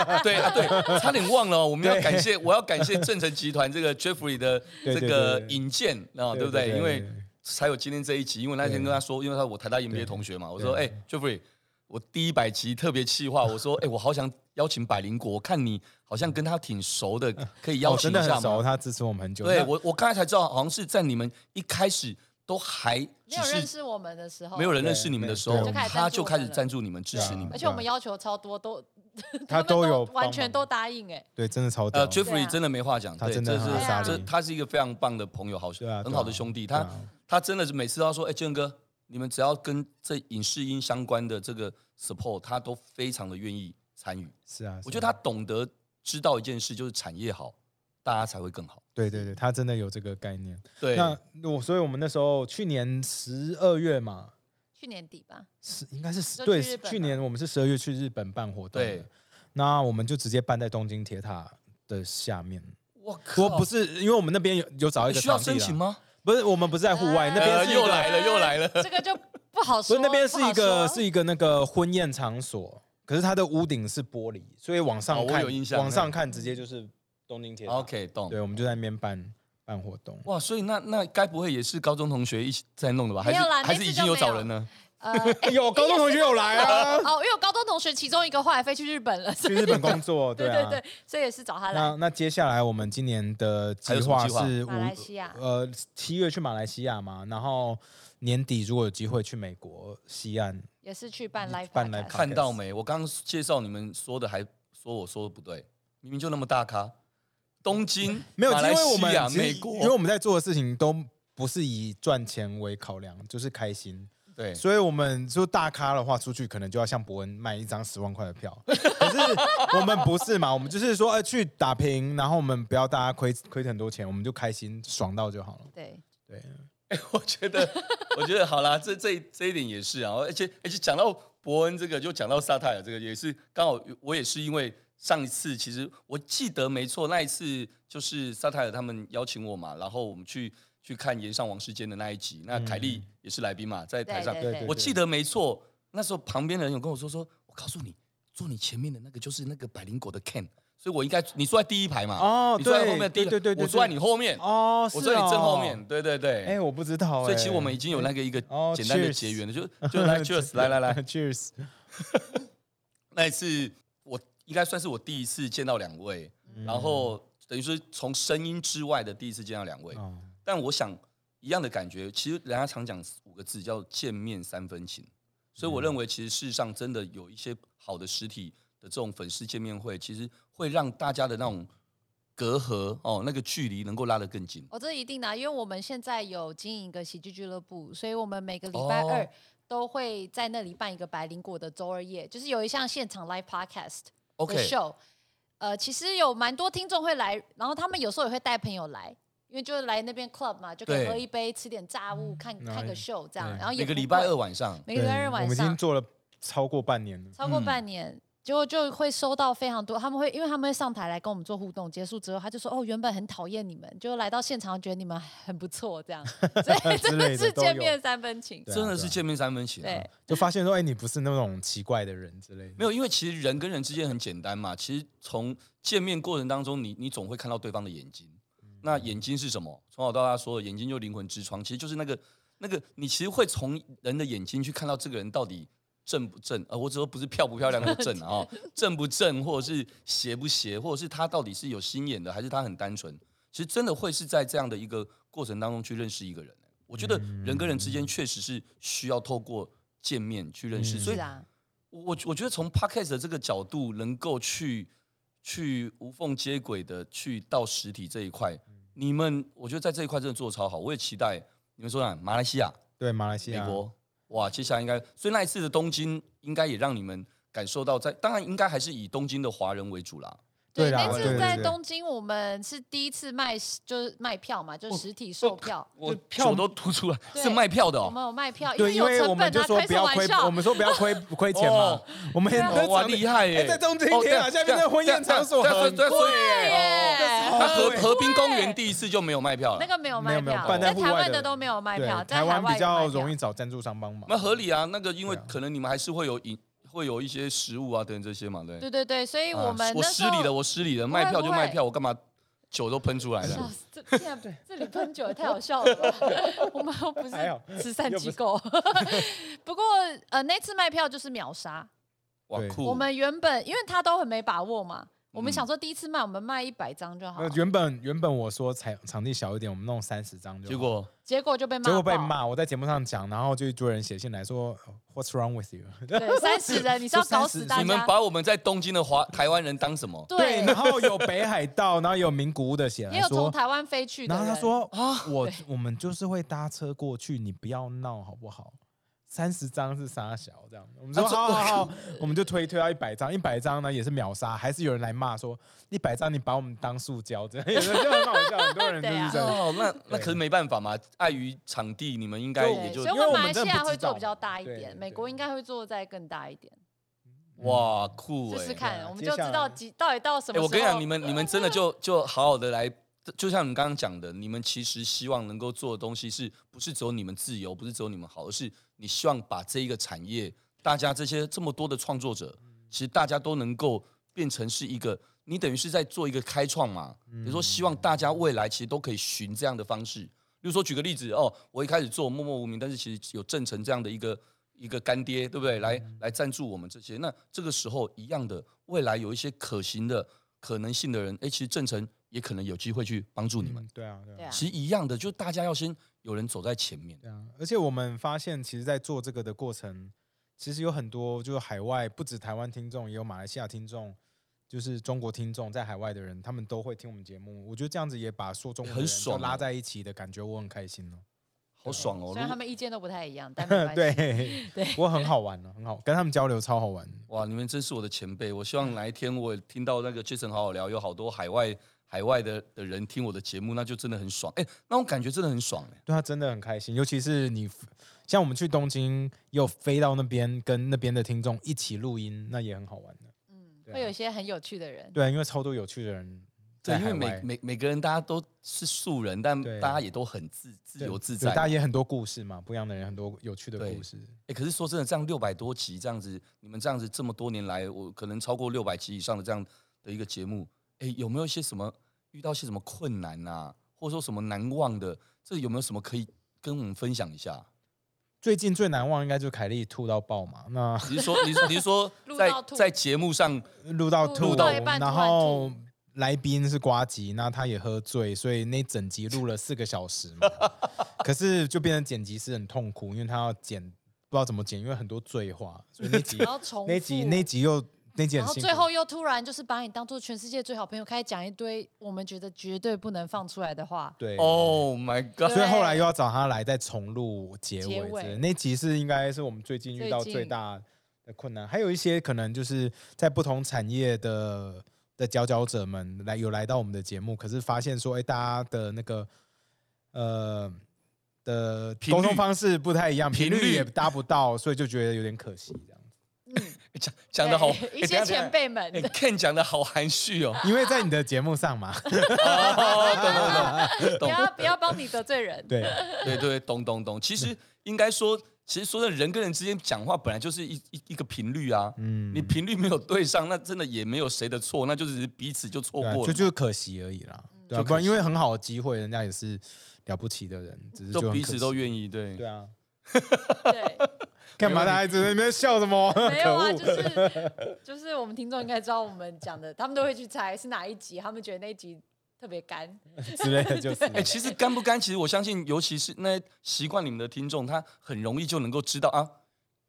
们， 对啊对，差点忘了哦，我们要
对
感谢，我要感谢正成集团这个 Jeffrey 的
对
这
对
个
对
引荐啊，对不对？因为才有今天这一集，因为那天
对
跟他说，因为他我台大 MBA 同学嘛，我说哎、
对
Jeffrey，我第一百集特别企划，我说哎、我好想邀请百灵果，我看你好像跟他挺 熟的，可以邀
我
请
哦真
一
的
下
很熟，
吗？
他支持我们很久。
对
那
我，我刚才才知道，好像是在你们一开始都还
没
只
有认
是
识我们的时候，
没有人认识你们的时候
对，
他就
就
开
开始
始赞
赞
助你们、支
啊
持你们
而。且我们要求超多，都
他
们都
都有帮
完全
忙
都答应哎、
对，真的超屌
呃。
对
，Jeffrey
啊
真的没话讲，
他
对，
真的
这是
很好
这
对啊
他是一个非常棒的朋友，好
对啊
很
对
好
啊
的兄弟。
对
他
啊
他真的是每次都要说，哎，建哥，你们只要跟这影视音相关的这个 support，他都非常的愿意参与。
是啊，
我觉
是
得
啊
他懂得知道一件事，就是产业好，大家才会更好。
对对对，他真的有这个概念。
对，
那我所以我们那时候去年十二月嘛，
去年底吧，
是应该是十
就
对，
去日
是
本
去
了
年我们是十二月去日本办活动，
对，
那我们就直接办在东京铁塔的下面。
我
我
靠，
不是因为我们那边有有找一个
需要
场地
申请
啦
吗？
不是，我们不是在户外，那边
呃
是一
又
个
来了又来了
这个就不好
不
说。
是那边是一个
不好说
是一个那个婚宴场所，可是它的屋顶是玻璃，所以往
哦
上
我
看
有印，象
往
那
上看直接就是东京铁塔
OK，懂。
对，我们就在那边办办活 动。
哇，所以那那该不会也是高中同学一起在弄的吧？还是
没有啦
还是
那次
已经
就
有
没
找
有
人了？
呃，
有高中同学有来
哦，
啊，
因为我高中同学其中一个后来飞去日本了，所
去
以
日本工作，
对
啊。
对对，所以也是找他来。
那那接下来我们今年的计划
还有
是五
马来西亚
呃七月去马来西亚嘛，然后年底如果有机会去美国西岸，
也是去办 live
嗯办 live
podcast
看到没？我刚刚介绍你们说的，还说我说的不对，明明就那么大咖，东京、
没有，
马
因
来
为我
西亚、
们其实
美
因为
国，
我们在做的事情都不是以赚钱为考量，就是开心。
对，
所以我们就大咖的话，出去可能就要像伯恩卖一张十万块的票。 可是我们不是嘛，我们就是说，呃，去打拼，然后我们不要大家亏亏很多钱，我们就开心爽到就好了。
对，
对，
我觉得，我觉得好啦，这这这一点也是啊，而且而且讲到伯恩这个，就讲到萨泰尔这个，也是刚好我也是因为上一次，其实我记得没错，那一次就是萨泰尔他们邀请我嘛，然后我们去去看《岩上王世坚》的那一集，那凯莉也是来宾嘛，在台上，
对
对
对
嗯对，
我记得没错，那时候旁边的人有跟我说说，我告诉你，坐你前面的那个就是那个百灵果的 Ken，所以我应该你坐在第一排嘛，
哦
你坐在
对
后面第一排，
对对对对
我坐在你后面，
哦，
我
是
坐在你正后
哦
面，。对对对，
哎，我不知道哎。
所以其实我们已 经有那个一个
哦
简单的
，cheers
结缘了， 就就来 cheers 来来来，
，Cheers，
那一次我应该算是我第一次见到两位，
嗯
然后等于是从声音之外的第一次见到两位，
哦
嗯
但我想一样的感觉，其实人家常讲五个字叫见面三分情，所以
嗯
我认为其实事实上真的有一些好的实体的这种粉丝见面会，其实会让大家的那种隔阂哦，那个距离能够拉得更近。
哦，这一定的啊，因为我们现在有经营一个喜剧俱乐部，所以我们每个礼拜
哦
二都会在那里办一个百灵果的周二夜，就是有一项现场 live podcast 的
OK，
show。呃，其实有蛮多听众会来，然后他们有时候也会带朋友来。因为就是来那边 club 嘛，就可以
对
喝一杯、吃点炸物、看
嗯然后
看个
也
show 这样，
对
然后也
每个
不
礼拜
贵
二晚上，
每个礼拜
对
二
我
晚
们已经
上
做了超过半年了。
超过
嗯
半年，结果就会收到非常多，他们会因为他们会上台来跟我们做互动，结束之后他就说哦，原本很讨厌你们，就来到现场觉得你们很不错，这 样，所以真
类
的
的
是
都
见
有
面三分情。
对啊
真的
对
是
啊
见面三分情、啊。
对，
就发现说，哎，你不是那种奇怪的人之类的。
没有，因为其实人跟人之间很简单嘛。其实从见面过程当中，你你总会看到对方的眼睛。那眼睛是什么？从小到大说的，眼睛就灵魂之窗，其实就是那个那个，你其实会从人的眼睛去看到这个人到底正不正。呃，我只说不是漂不漂亮那个正啊、 哦，正不正，或者是邪不邪，或者是他到底是有心眼的，还是他很单纯。其实真的会是在这样的一个过程当中去认识一个人。欸我觉得人跟人之间确实是需要透过见面去认识，
嗯
所以
是啊，
我我觉得从 podcast 的这个角度，能够去去无缝接轨的去到实体这一块，
嗯
你们我觉得在这一块真的做得超好，我也期待你们说啊，马来西亚、
对，啊马来西
美
亚，
国，哇，接下来应该，所以那一次的东京应该也让你们感受到在，当然应该还是以东京的华人为主啦，
对啦
那
对对
次在
对
东京，我们是第一次卖，就是卖票嘛，
哦
就是实体售票，
我
票
我都吐出来，
对
是卖票的
我
哦，
们有卖票，
对，因
有
为我
成本
们就
啊，
说
开
不
什么
要
玩
亏，
笑啊
我？们说不要亏亏钱嘛
哦，
我们
哦哇，厉害耶！
哎在东京
哦
天啊下面那婚宴场所
对啊
很
对啊对啊所啊以
耶
他河河滨公园第一次就没有卖票了，
那个没有
哦没
卖
有没有
票，
办在
在
户
台
外
湾
的
的都没有卖
对
票，在
台湾
外
比较
有卖票
容易找赞助商帮忙。
那合理啊，那个因为
对啊
可能你们还是会有饮，会有一些食物啊等等这些嘛，对。
对对对，所以
啊
我们
我
那
失
时候
礼了，我失礼了，
会
卖票就卖
不会
票，我干嘛酒都喷出来
笑
了？
死！这竟然这里喷酒也太好笑了 吧！我们又不
还好
是慈善
又不
机
是
构。 不过呃，那次卖票就是秒杀。
哇
对
酷！
我们原本因为他都很没把握嘛，我们
嗯
想说第一次卖我们卖一百张就好
呃，，原本原本我说场场地小一点，我们弄三十张就好，
结果
结果就被骂。
结果被。骂。我在节目上讲，然后就一堆人写信来说，What's，“Oh, wrong with you？
对，三十人，你是要
就30
搞死大
你们
家？
把我们在东京的华台湾人当什么？
对
然，后有北海道，然后有名古屋的写
也
来
有从
说，
台湾飞去的
然后
人。
他说
啊
我我们就是会搭车过去，你不要闹好不好？三十张是沙小这样，我们说
啊这
好好 好，我们就推推到一百张，一百张呢也是秒杀，还是有人来骂说一百张你把我们当塑胶，这样也是就很好笑，很多人
啊
就是这样。
哦，那那
对
可是没办法嘛，碍于场地，你们应该
对
也就
所以
因为
我
我
们马
们
来西
真的
亚
不
会
知道
做比较大一
对
点，
对
美国应该会做再更大一点，
哇酷
试
哎！
试
对
看，
啊
我们
接
就
下
知道
来
几到底到什
哎，
么时候。
我跟你讲，你们你们真的就就好好的来，就像你刚刚讲的，你们其实希望能够做的东西是，不是只有你们自由，不是只有你们好，而是你希望把这一个产
嗯
业，大家这些这么多的创作者，其实大家都能够变成是一个你等于是在做一个开创嘛。
嗯
比如说，希望大家未来其实都可以循这样的方式。比如说，举个例子哦，我一开始做默默无名，但是其实有郑成这样的一个一个干爹，对不对？来来赞助我们这些。那这个时候一样的，未来有一些可行的可能性的人，哎，其实郑成也可能有机会去帮助你们
嗯。对啊，对啊
对。啊，
其实一样的，就大家要先有人走在前面。
对啊，而且我们发现，其实，在做这个的过程，其实有很多就是海外，不止台湾听众，也有马来西亚听众，就是中国听众，在海外的人，他们都会听我们节目。我觉得这样子也把说中文的
很
人都
爽
拉
哦
在一起的感觉，我很开心哦。
好爽哦！
虽然
如
他
果
们意见都不太一样，但没关系。
对，我很好玩哦，很好，跟他们交流超好玩。
哇，你们真是我的前辈！我希望哪一天我听到那个 Jason 好好聊，有好多海外海外的的人听我的节目，那就真的很爽。哎、那种感觉真的很爽哎、
对他真的很开心，尤其是你像我们去东京，又飞到那边跟那边的听众一起录音，那也很好玩的。
嗯，
对啊
会有一些很有趣的人。
对啊，因为超多有趣的人
对，
在
因为
海
每
外，
每每个人大家都是素人，但
对啊
大家也都很自自
对
由自
对
在嘛。
大家也很多故事嘛，不一样的人很多有趣的
对
故事。
哎、可是说真的，这样六百多集这样子，你们这样子这么多年来，我可能超过六百集以上的这样的一个节目，哎、有没有一些什么遇到些什么困难啊，或者说什么难忘的？这有没有什么可以跟我们分享一下？
最近最难忘应该就是凯莉吐到爆嘛，那
你是说，你是你是说
录
在
到吐
在节目上
录到
录
吐，
录到一半
然
突然
后
吐
来宾是瓜吉，那他也喝醉，所以那整集录了四个小时 嘛。可是就变成剪辑师很痛苦，因为他要剪不知道怎么剪，因为很多醉话，所以那集
然后重复哦
那集那集又那集
然
很
后
辛苦。
最后又突然就是把你当做全世界最好朋友，开始讲一堆我们觉得绝对不能放出来的话。
对，
，Oh my God！
所以后来又要找他来再重录结尾
结
之类的。
尾
那集是应该是我们最近遇到
最
最
近
大的困难，还有一些可能就是在不同产业的的佼佼者们来有来到我们的节目，可是发现说，哎、大家的那个呃的
频率
沟通方式不太一样，频
频率
率也达不到，所以就觉得有点可惜这样子。
讲讲的好，
对
哎
一些前。辈
等
们
一下等一下哎，Ken 讲的好含蓄 哦，
因为在你的节目上 嘛，
哦懂懂懂，
不要不要帮你得罪 人。
对
对对，懂懂懂。其实应该说，其实说真的人跟人之间讲话本来就是一一一个频率啊，
嗯
你频率没有对上，那真的也没有谁的错，那就只是彼此就错
对啊，
过
就
了，
就是可惜而已啦。对、啊，
就可
不然因为很好的机会，人家也是了不起的人，只是就
就
很
彼
可
此都
惜
愿意对
对。啊。
对，
干嘛大
没问题
家一直在那边笑什么？
没有啊，
可恶
就是就是我们听众应该知道我们讲的，他们都会去猜是哪一集，他们觉得那一集特别干。
之类的， 就是
哎、其实干不干，其实我相信，尤其是那些习惯你们的听众，他很容易就能够知道啊。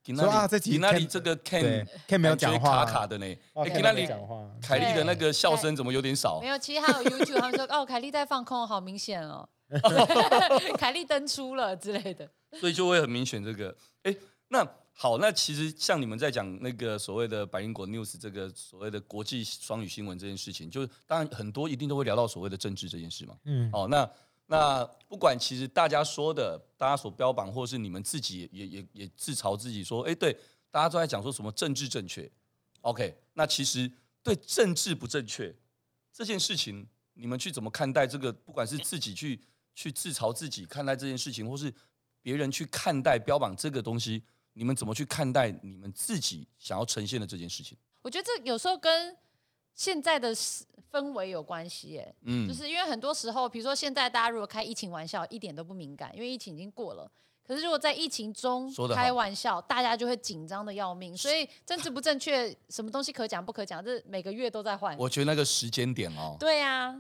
给
说啊这集
那里
Ken-
这个 Ken
对，Ken 没有
感觉
讲话，
卡卡的呢。
哦
哎，
Ken
那
没有
里
讲话，啊
凯莉的那个笑
对
声怎么有点
哦
少
没？有，其实还有 YouTube，他们 说哦，凯莉在放空，好明显哦，凯莉登出了之类的。
所以就会很明显这个。哎，那好，那其实像你们在讲那个所谓的百灵果 news 这个所谓的国际双语新闻这件事情，就是当然很多一定都会聊到所谓的政治这件事嘛。
嗯，
哦，那那不管其实大家说的，大家所标榜，或者是你们自己也也也自嘲自己说，哎，对，大家都在讲说什么政治正确。OK，那其实对政治不正确这件事情，你们去怎么看待这个？不管是自己去去自嘲自己看待这件事情，或是别人去看待标榜这个东西，你们怎么去看待你们自己想要呈现的这件事情？
我觉得这有时候跟现在的时氛围有关系耶，
嗯，
就是因为很多时候，比如说现在大家如果开疫情玩笑，一点都不敏感，因为疫情已经过了。可是如果在疫情中
说得好
开玩笑，大家就会紧张的要命。所以政治不正确，什么东西可讲不可讲，这每个月都在换。
我觉得那个时间点哦，
对啊，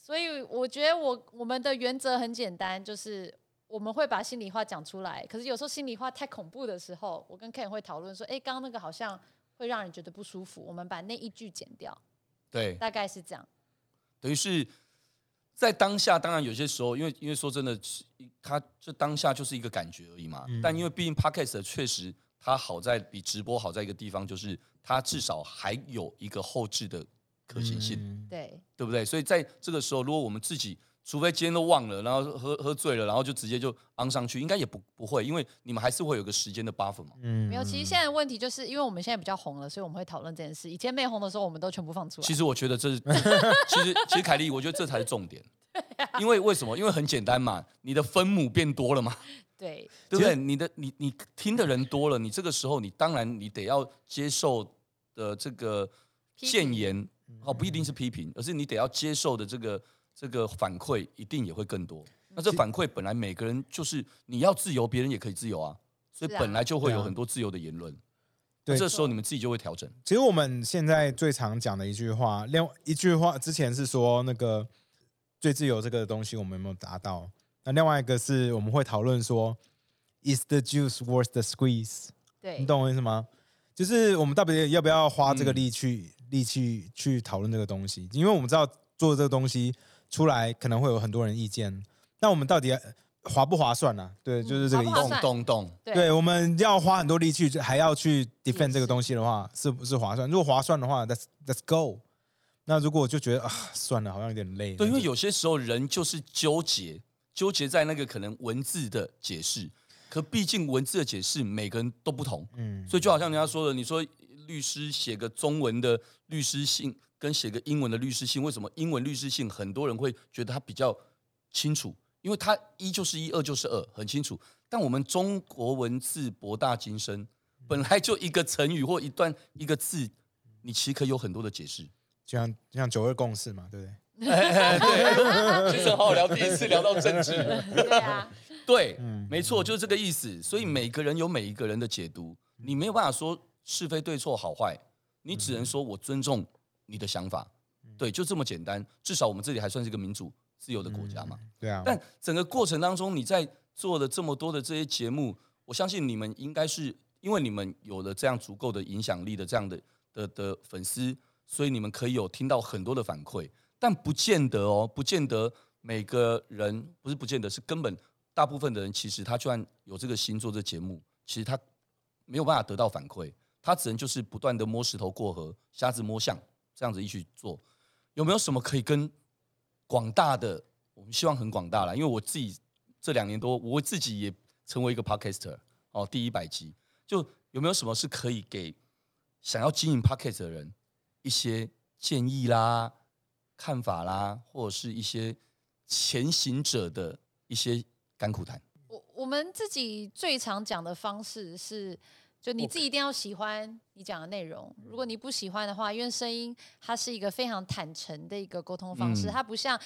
所以我觉得我我们的原则很简单，就是我们会把心里话讲出来。可是有时候心里话太恐怖的时候，我跟 Ken 会讨论说，哎，刚刚那个好像会让人觉得不舒服，我们把那一句剪掉，
对，
大概是这样。
等于是在当下，当然有些时候，因为因为说真的，它就当下就是一个感觉而已嘛。但因为毕竟 podcast 确实它好在比直播好在一个地方，就是它至少还有一个后置的可行性，
嗯
对，
对不对？所以在这个时候，如果我们自己除非今天都忘了，然后喝喝醉了，然后就直接就昂上去，应该也不不会，因为你们还是会有个时间的 buffer 嘛。
嗯
没有。其实现在的问题就是因为我们现在比较红了，所以我们会讨论这件事。以前没红的时候，我们都全部放出来
其。实我觉得这是， 其实其实凯莉，我觉得这才是重点，因为为什么？因为很简单嘛，你的分母变多了嘛。
对，
对不对？你的你你听的人多了，你这个时候你当然你得要接受的这个
批评
谏言，
嗯
哦，不一定是批评，而是你得要接受的这个这个反馈，一定也会更多。
嗯
那这反馈本来每个人就是你要自由，别人也可以自由啊，所以
是啊
本来就会
对
有
啊
很多自由的言论。
对
这时候你们自己就会调整。
其实我们现在最常讲的一句话，另外一句话之前是说那个最自由这个东西我们有没有达到？那另外一个是我们会讨论说，is the juice worth the squeeze？
对
你，懂我意思吗？就是我们到底要不要花这个
嗯
力去、力气去讨论这个东西？因为我们知道做这个东西出来可能会有很多人意见，那我们到底呃划不划算呢、啊对，就是这个意
嗯划
思
不划。算
动动动，
对
对，我们要花很多力气，还要去 defend
是
这个东西的话，是不是划算？如果划算的话，let's let's go。那如果我就觉得啊，算了，好像有点累。
对，因为
那就
有些时候人就是纠结，纠结在那个可能文字的解释，可毕竟文字的解释每个人都不同，
嗯，
所以就好像人家说的，你说律师写个中文的律师信跟写个英文的律师信，为什么英文律师信很多人会觉得它比较清楚？因为它一就是一，二就是二，很清楚。但我们中国文字博大精深，本来就一个成语或一段一个字，你其实可以有很多的解释。
就像就像九二共识嘛，对不对？
对， 其实很好聊，第一次聊到政治。
对啊，
对，
嗯
没错，就是这个意思。所以每个人有每一个人的解读，
嗯
你没有办法说是非对错好坏，你只能说我尊重你的想法。
嗯
对，就这么简单。至少我们这里还算是一个民主自由的国家嘛。
对啊，
但整个过程当中，你在做了这么多的这些节目，我相信你们应该是因为你们有了这样足够的影响力的这样的的的粉丝，所以你们可以有听到很多的反馈，但不见得哦，不见得每个人不是不见得是根本大部分的人，其实他就算有这个心做这节目，其实他没有办法得到反馈，他只能就是不断的摸石头过河，瞎子摸象这样子一起做。有没有什么可以跟广大的，我们希望很广大啦，因为我自己这两年多，我自己也成为一个 podcaster 哦，第一百集，就有没有什么是可以给想要经营 podcast 的人一些建议啦、看法啦，或者是一些前行者的一些甘苦谈？
我我们自己最常讲的方式是，就你自己一定要喜欢你讲的内容。如果你不喜欢的话，因为声音它是一个非常坦诚的一个沟通方式，
嗯
它不像。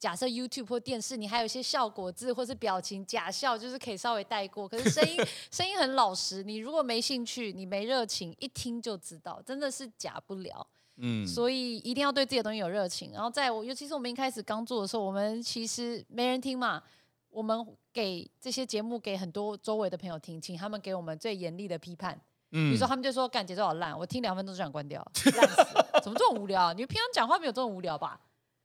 假设 YouTube 或电视，你还有一些效果字或是表情假笑，就是可以稍微带过。可是声音 声音很老实，你如果没兴趣，你没热情，一听就知道，真的是假不了。
嗯，
所以一定要对自己的东西有热情。然后在我，尤其是我们一开始刚做的时候，我们其实没人听嘛，我们给这些节目给很多周围的朋友听，请他们给我们最严厉的批判。比
嗯
如说，他们就说感节奏好烂，我听两分钟就想关掉，烂死了，怎么这么无聊、啊你平常讲话没有这种无聊吧？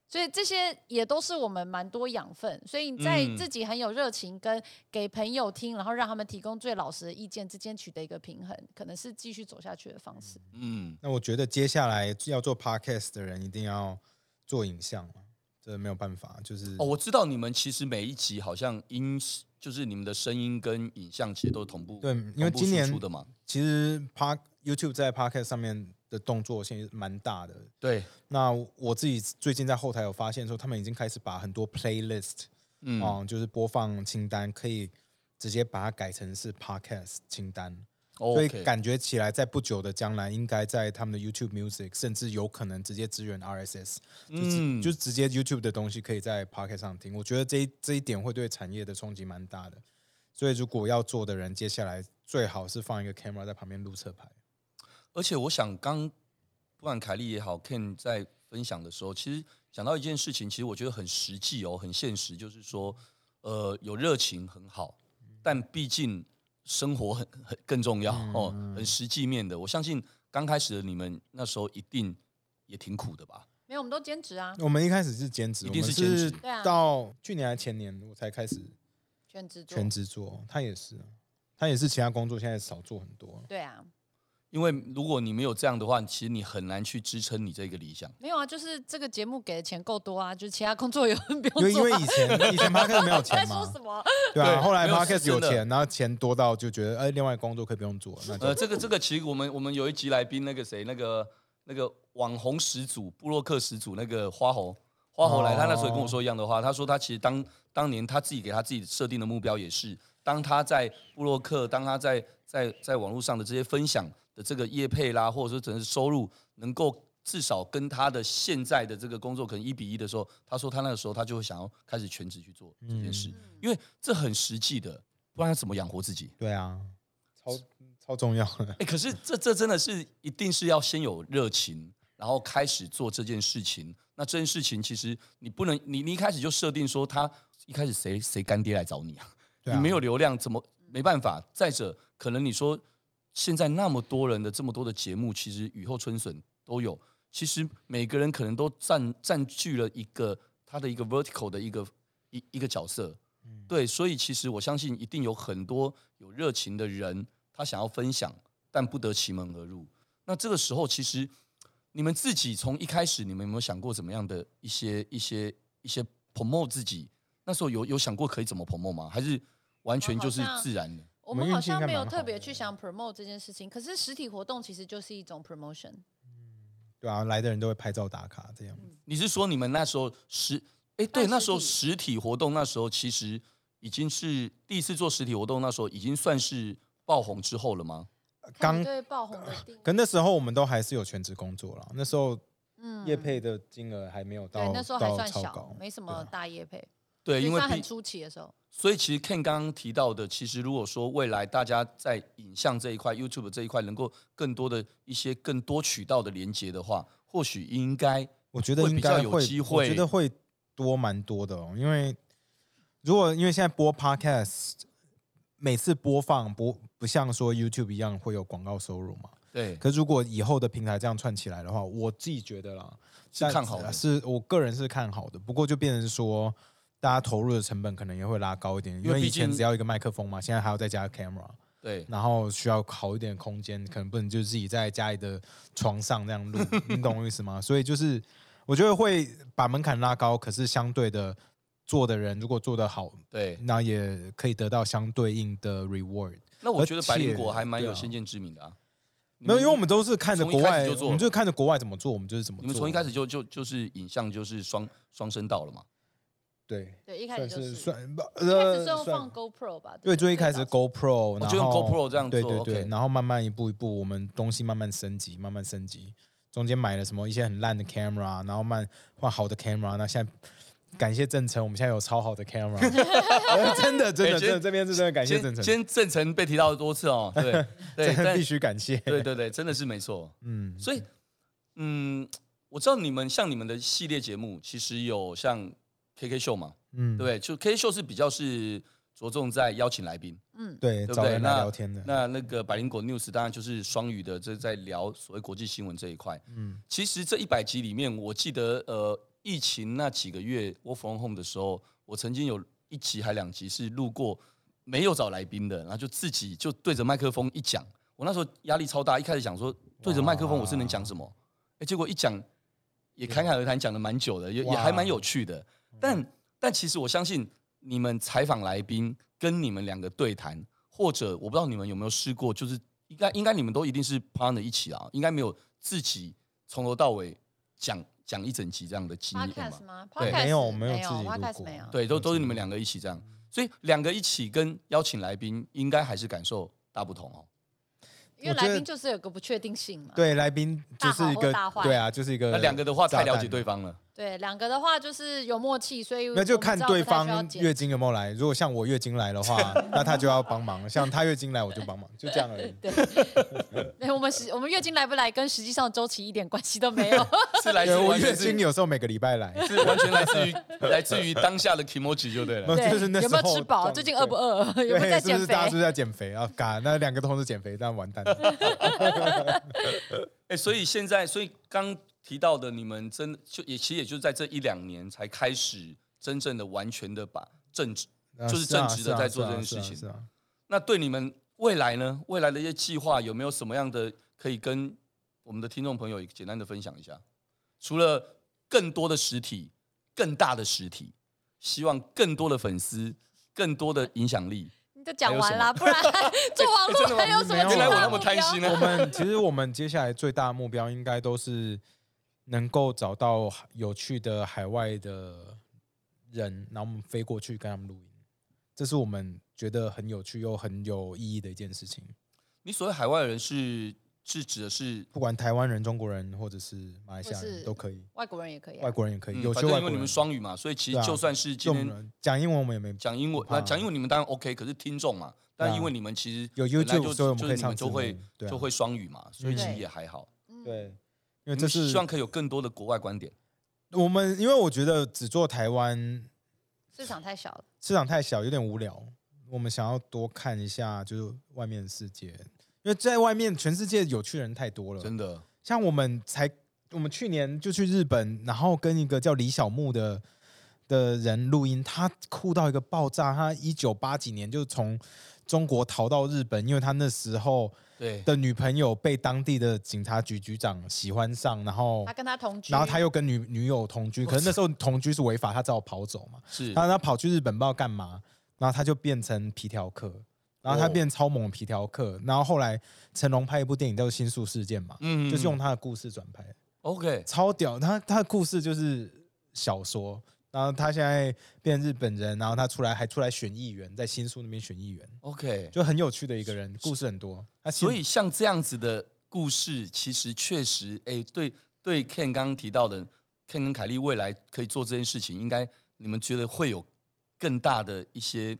所以这些也都是我们蛮多养分，所以你在
嗯
自己很有热情，跟给朋友听，然后让他们提供最老实的意见之间取得一个平衡，可能是继续走下去的方式。
嗯，
那我觉得接下来要做 podcast 的人一定要做影像嘛，这没有办法，就是
哦，我知道你们其实每一集好像音就是你们的声音跟影像其实都是同步
对
同
因为
步
今
输
年
出的嘛，
其实 pod YouTube 在 podcast 上面的动作现在蛮大的。
对，
那我自己最近在后台有发现说，他们已经开始把很多 playlist
嗯
哦、就是播放清单可以直接把它改成是 podcast 清单，所以
哦，OK，
感觉起来在不久的将来，应该在他们的 YouTube Music 甚至有可能直接支援 RSS。就是、
嗯
就直接 YouTube 的东西可以在 Pocket 上听，我觉得这一这一点会对产业的冲击蛮大的。所以如果要做的人，接下来最好是放一个 camera 在旁边录侧拍。
而且我想刚，不管凯莉也好，Ken 在分享的时候，其实讲到一件事情，其实我觉得很实际哦，很现实，就是说，呃，有热情很好，但毕竟生活很很更重要
嗯
哦，很实际面的。我相信刚开始的你们那时候一定也挺苦的吧？
没有，我们都兼职啊，
我们一开始是兼职，
一
我
定
们
是兼职
是
对啊
到去年还前年我才开始
全职做
全职做，他也是啊，他也是其他工作现在少做很多了。
对啊，
因为如果你没有这样的话，其实你很难去支撑你这个理想。
没有啊，就是这个节目给的钱够多啊，就是其他工作有不
因
用做
为因为
啊、
以前 以前 Pocket 没有钱
在说
嘛
什，么？
对啊，
对
后来
没有
Pocket
是真
有
的
钱，然后钱多到就觉得哎，另外工作可以不用做，那就
呃，这个这个其实我们我们有一集来宾那个谁那个那个网红始祖布洛克始祖那个花猴花猴来，他那时候也
哦
跟我说一样的话，他说他其实当当年他自己给他自己设定的目标也是，当他在布洛克，当他在在在网络上的这些分享的这个业配啦，或者说整个收入能够至少跟他的现在的这个工作可能一比一的时候，他说他那个时候他就会想要开始全职去做这件事，
嗯
因为这很实际的，不然他怎么养活自己？
对啊，超超重要的。
哎、可是这这真的是一定是要先有热情，然后开始做这件事情。那这件事情其实你不能，你你一开始就设定说他一开始谁谁干爹来找你啊？
对啊
你没有流量怎么没办法？再者，可能你说现在那么多人的这么多的节目，其实雨后春笋都有，其实每个人可能都占占据了一个他的一个 vertical 的一个一一个角色。
嗯
对，所以其实我相信一定有很多有热情的人，他想要分享，但不得其门而入。那这个时候，其实你们自己从一开始，你们有没有想过怎么样的一些一些一些 promote 自己？那时候有有想过可以怎么 promote 吗？还是完全就是
我好像
自然的？
我
我们
们好
运气应
像
该
没有
蛮
特
好
别
的
去想 promote 这件事情，可是实体活动其实就是一种 promotion。
对啊，来的人都会拍照打卡这样。
你是说你们那时候实？哎，对，
办
那
实
时候
体
实体活动，那时候其实已经是第一次做实体活动，那时候已经算是爆红之后了吗？
看
呃刚呃
你对爆红的定义，
可那时候我们都还是有全职工作啦，那时候
嗯
业配的金额还没有到，
对那时候还
到
算
超
小
高，啊
没什么大业配，
对，
就
因为
算
毕
很初期的时候，
所以其实 Ken 刚刚提到的，其实如果说未来大家在影像这一块、YouTube 这一块能够更多的一些更多渠道的连接的话，或许应该
我觉得
会
应
比
该
较
会，
有机
我觉
会
得会多蛮多的哦。因为如果因为现在播 podcast，每次播放播不像说 YouTube 一样会有广告收入嘛。
对
可是如果以后的平台这样串起来的话，我自己觉得啦，
是看好的
但是我个人是看好的。不过就变成说，大家投入的成本可能也会拉高一点，
因
因
为
为
毕
以
竟
前只要一个麦克风嘛，现在还要再加 camera。
对，
然后需要好一点的空间，可能不能就自己在家里的床上这样 录，你懂我意思吗？所以就是我觉得会把门槛拉高，可是相对的做的人如果做得好，
对。
那也可以得到相对应的 reward。
那我觉得白
而
灵
且
果还蛮有
对啊
先见之明的啊。你
没有，因为我们都是看着
从一
国
开
外，
始就做
我们就看着国外怎么做，我们就是怎么做。
你们从一开始就就就是影像就是双双声道了嘛？
对，
对，一开始
算
就是是
算
一开始
呃
是用
算
放 GoPro 吧，
对，
不
最一开始
最
是
早
GoPro，然
哦就用
后
GoPro 这样
对
做
对对
OK
然后慢慢一步一步，我们东西慢慢升级，慢慢升级。中间买了什么一些很烂的 camera，然后慢换好的 camera，那现在。感谢郑成，我们现在有超好的 camera，呃真的真
哎
的
今
真的，这边是真的感谢
先
郑成，
先郑成被提到多次哦，对对，
真的
但
必须感谢。
对对对，真的是没错。
嗯，
所以，嗯，我知道你们像你们的系列节目，其实有像 KK 秀嘛，
嗯，
对不对？就 KK 秀是比较是着重在邀请来宾，
嗯，
对，
对不
找
对？
人来
那
聊天的，
那那个百灵果 news 当然就是双语的，这在聊所谓国际新闻这一块。
嗯，
其实这一百集里面，我记得呃，疫情那几个月 work from home 的时候，我曾经有一集还两集是录过没有找来宾的，然后就自己就对着麦克风一讲。我那时候压力超大，一开始想说对着麦克风我是能讲什么，哎，结果一讲也侃侃而谈，讲的蛮久的，也也
哇
还蛮有趣的。但但其实我相信你们采访来宾跟你们两个对谈，或者我不知道你们有没有试过，就是应该应该你们都一定是 partner 一起啊，应该没有自己从头到尾讲讲一整集这样的经验吧
Podcast？吗
对
？Podcast
没有没
没
有自己录
Podcast
过
没有，
对，都都是你们两个一起这样，所以两个一起跟邀请来宾，应该还是感受大不同哦。
因为
我觉
来
得
宾就是有个不确定性嘛。
对，来宾就是
大好
一
或
个
大坏，
对啊，就是一个
那两个的话太了
炸
解
弹
对方了，
对，两个的话就是有默契，所以
那就
我们
看
知道
对
不太需要
方
剪
月经有没有来。如果像我月经来的话，那他就要帮忙；像他月经来，我就帮忙，就这样而已。
对，我们实我们月经来不来跟实际上周期一点关系都没有。
是来自
对，
于
我
完
月
全是
经有时候每个礼拜 来，
是完全来自于来自于当下的 emoji 就对了。
对，
就是那时
有
候
没有吃饱？
状
最近饿不饿？有
对，
没有在
是
减
不是
肥
大家？是不是在减肥啊？嘎，那两个同时减肥，那完蛋 了。
哎、所以现在，所以刚提到的，你们真就也其实也就在这一两年才开始真正的完全的把政治，
啊
就是
啊
正直的
啊
在做
是啊
这件事情
是啊 是啊
那对你们未来呢？未来的一些计划有没有什么样的可以跟我们的听众朋友也简单的分享一下？除了更多的实体、更大的实体，希望更多的粉丝、更多的影响力。
你都讲完啦，不然做网
哎真
络
的吗
还有什
没有
么
啊
其
原来我
他
那
目
么贪心
标？
呢、
我们其实我们接下来最大的目标应该都是能够找到有趣的海外的人，然后我们飞过去跟他们录音，这是我们觉得很有趣又很有意义的一件事情。
你所谓海外人是是指的是
不管台湾人、中国人或者是马来西亚
或
人
是
都可以，
外国人也可以、啊
外。国人也可以，
嗯
有
反
些
正
外
因
国
为你
人
们双语嘛，所以其
对啊
实就算是今
用
天
人讲英文我们也没
讲英文，
不怕
那讲英文你们当然 OK，可是听众嘛，但
对啊
因为你们其实
有
本来
YouTube，
就
所以我们可
就是
以
你
唱
们
字
就
幕
会
对啊
就会双语嘛，所以其实
对
也还好。
嗯，
对，因
我
为这
们
是
希望可以有更多的国外观点。
我们，因为我觉得只做台湾
市场太小了。
市场太小，有点无聊。我们想要多看一下，就是外面的世界，因为在外面全世界有趣的人太多了。
真的，
像我们才，我们去年就去日本，然后跟一个叫李小牧的的人录音，他酷到一个爆炸。他一九八几年就从中国逃到日本，因为他那时候
对，
的女朋友被当地的警察局局长喜欢上，然后
他跟他同居，
然后他又跟女女友同居，可是那时候同居是违法，他只好跑走嘛。
是
他他跑去日本不知道干嘛，然后他就变成皮条客，然后他
哦
变超猛的皮条客，然后后来成龙拍一部电影叫做《新宿事件》嘛，
嗯
就是用他的故事转拍，
OK，
超屌。他他的故事就是小说，然后他现在变日本人，然后他出来还出来选议员，在新宿那边选议员，
OK，
就很有趣的一个人，故事很多。他其实
所以像这样子的故事，其实确实，哎、对对，Ken 刚刚提到的，Ken 跟凯莉未来可以做这件事情，应该你们觉得会有更大的一些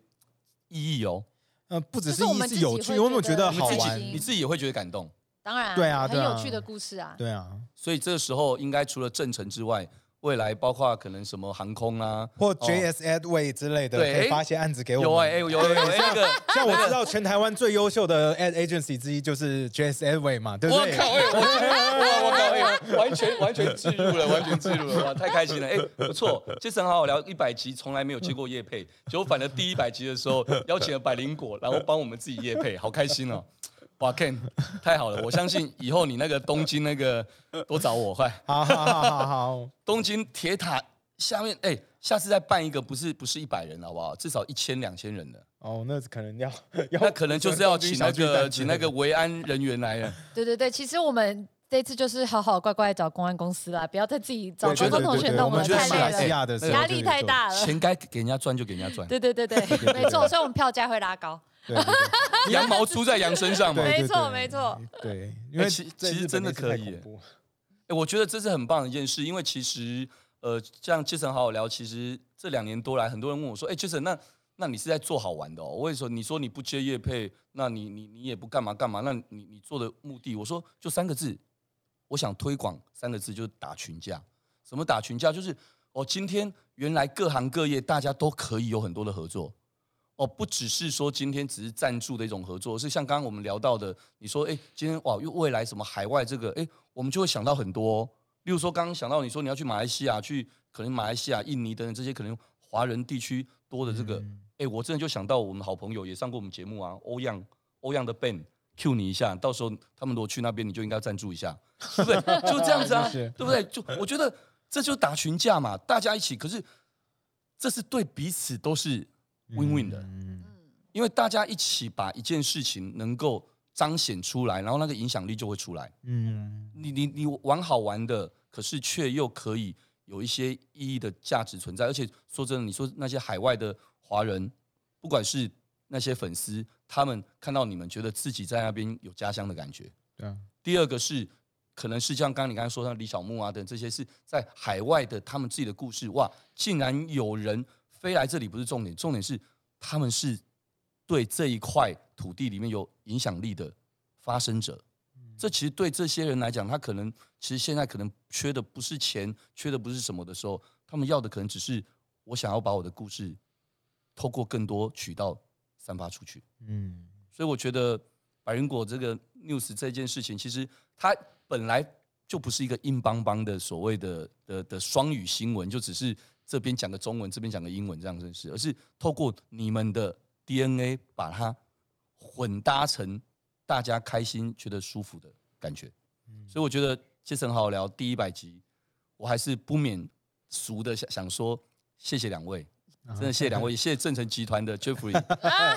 意义哦。
呃不只
就是是我
意
们
思
自己
有
会
趣，因为我们
觉
觉
得
得
很
好
自
开
玩
己
心，
你自己也会觉得感动，
当然
对啊
很
对啊
有趣的故事啊。
对啊，
所以这个时候应该除了正成之外，未来包括可能什么航空啊，
或
哦
JS Edway 之类的，
对
可以发些案子给我
有
们。
哎、哎有有有哎那个，
像我知道全台湾最优秀的 ad agency 之一就是 JS Edway 嘛，对不
我
对？
靠哎、我我我靠哎、完全完全置入了，完全置入了，哇，太开心了哎、不错，这次很好聊，一百集从来没有接过叶配，结果反而第一百集的时候邀请了百灵果，然后帮我们自己叶配，好开心哦。哇，Ken，太好了！我相信以后你那个东京那个多找我，快
好好好好好，
东京铁塔下面，哎、下次再办一个，不是不是一百人好不好？至少一千两千人 的。
哦，那可能要要，
那可能就是要请那
小巨蛋
个请那个维安人员来 了。
对对对，其实我们这次就是好好乖乖找公安公司啦，不要再自己找高
对对
中
对
同学
对对
弄
我
了，
们觉得
太
马来西
累了，
亚的时候
压
就
力
有
太
做，
大了。
钱该给人家赚就给人家赚，
对对对对，没错，所以我们票价会拉高。
对 对对
羊毛出在羊 身上嘛。
对
哎、
对
没错
对
没错
对，因为
其
在
其实
日本
真的
那次太
可以
恐
耶
怖
哎我觉得这是很棒的一件事，因为其实呃，像杰森好好聊，其实这两年多来，很多人问我说：“哎、杰森，那那你是在做好玩的哦？”我也说：“你说你不接业配，那你你你也不干嘛干嘛？那你你做的目的，我说就三个字，我想推广三个字，就是打群架。什么打群架？就是哦，今天原来各行各业大家都可以有很多的合作。”哦，不只是说今天只是赞助的一种合作，是像刚刚我们聊到的，你说，哎，今天哇，未来什么海外这个，哎，我们就会想到很多、哦。例如说，刚刚想到你说你要去马来西亚，去可能马来西亚、印尼等等这些可能华人地区多的这个，哎、我真的就想到我们好朋友也上过我们节目啊，欧阳欧阳的 Ben。Q 你一下，到时候他们如果去那边，你就应该赞助一下，对不对？就这样子啊，
谢谢
对不对？就我觉得这就打群架嘛，大家一起。可是这是对彼此都是 win win 的，
嗯
因为大家一起把一件事情能够彰显出来，然后那个影响力就会出来。
嗯，
你你你玩好玩的，可是却又可以有一些意义的价值存在。而且说真的，你说那些海外的华人，不管是那些粉丝，他们看到你们，觉得自己在那边有家乡的感觉。
对啊，
第二个是，可能是像刚刚你刚才说像李小牧啊等这些是在海外的他们自己的故事，哇，竟然有人飞来这里不是重点，重点是他们是对这一块土地里面有影响力的发生者。这其实对这些人来讲，他可能其实现在可能缺的不是钱，缺的不是什么的时候，他们要的可能只是我想要把我的故事透过更多渠道散发出去。
嗯，
所以我觉得百灵果这个 news 这件事情，其实它本来就不是一个硬邦邦的所谓的的的双语新闻，就只是这边讲个中文，这边讲个英文这样认识，而是透过你们的 DNA 把它混搭成大家开心、觉得舒服的感觉。所以我觉得杰森好好聊第一百集，我还是不免俗的想想说，谢谢两位。
啊嗯
真的谢谢两位，也谢谢正成集团的 Jeffrey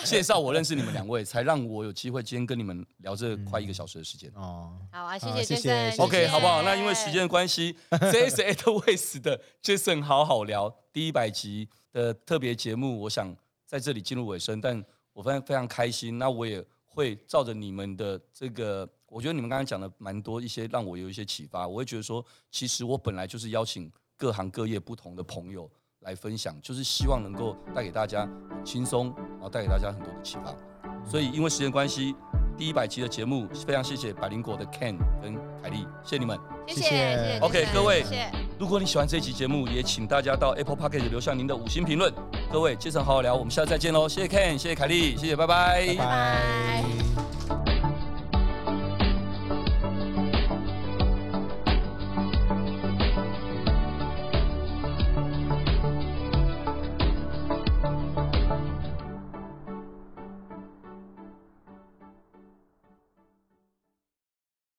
介绍我认识你们两位，才让我有机会今天跟你们聊这快一个小时的时间。
哦，
好啊，谢
好
谢
谢
杰
谢
森
谢谢
OK，好不好？那因为时间的关 系，JS a d w a y s 的 Jason 好好聊第一百集的特别节目，我想在这里进入尾声，但我非常非常开心。那我也会照着你们的这个我觉得你们刚才讲的蛮多一些让我有一些启发，我会觉得说，其实我本来就是邀请各行各业不同的朋友来分享，就是希望能够带给大家很轻松，然后带给大家很多的启发。所以因为时间关系，第一百集的节目非常谢谢百灵果的 Ken 跟凯莉，谢谢你们。
谢
谢
谢谢谢
OK，
谢谢
各位
谢谢。
如果你喜欢这期节目，也请大家到 Apple p o c k e t 留下您的五星评论。各位，杰森好好聊，我们下次再见喽！谢谢 Ken，谢谢凯莉，谢谢，拜拜
拜拜。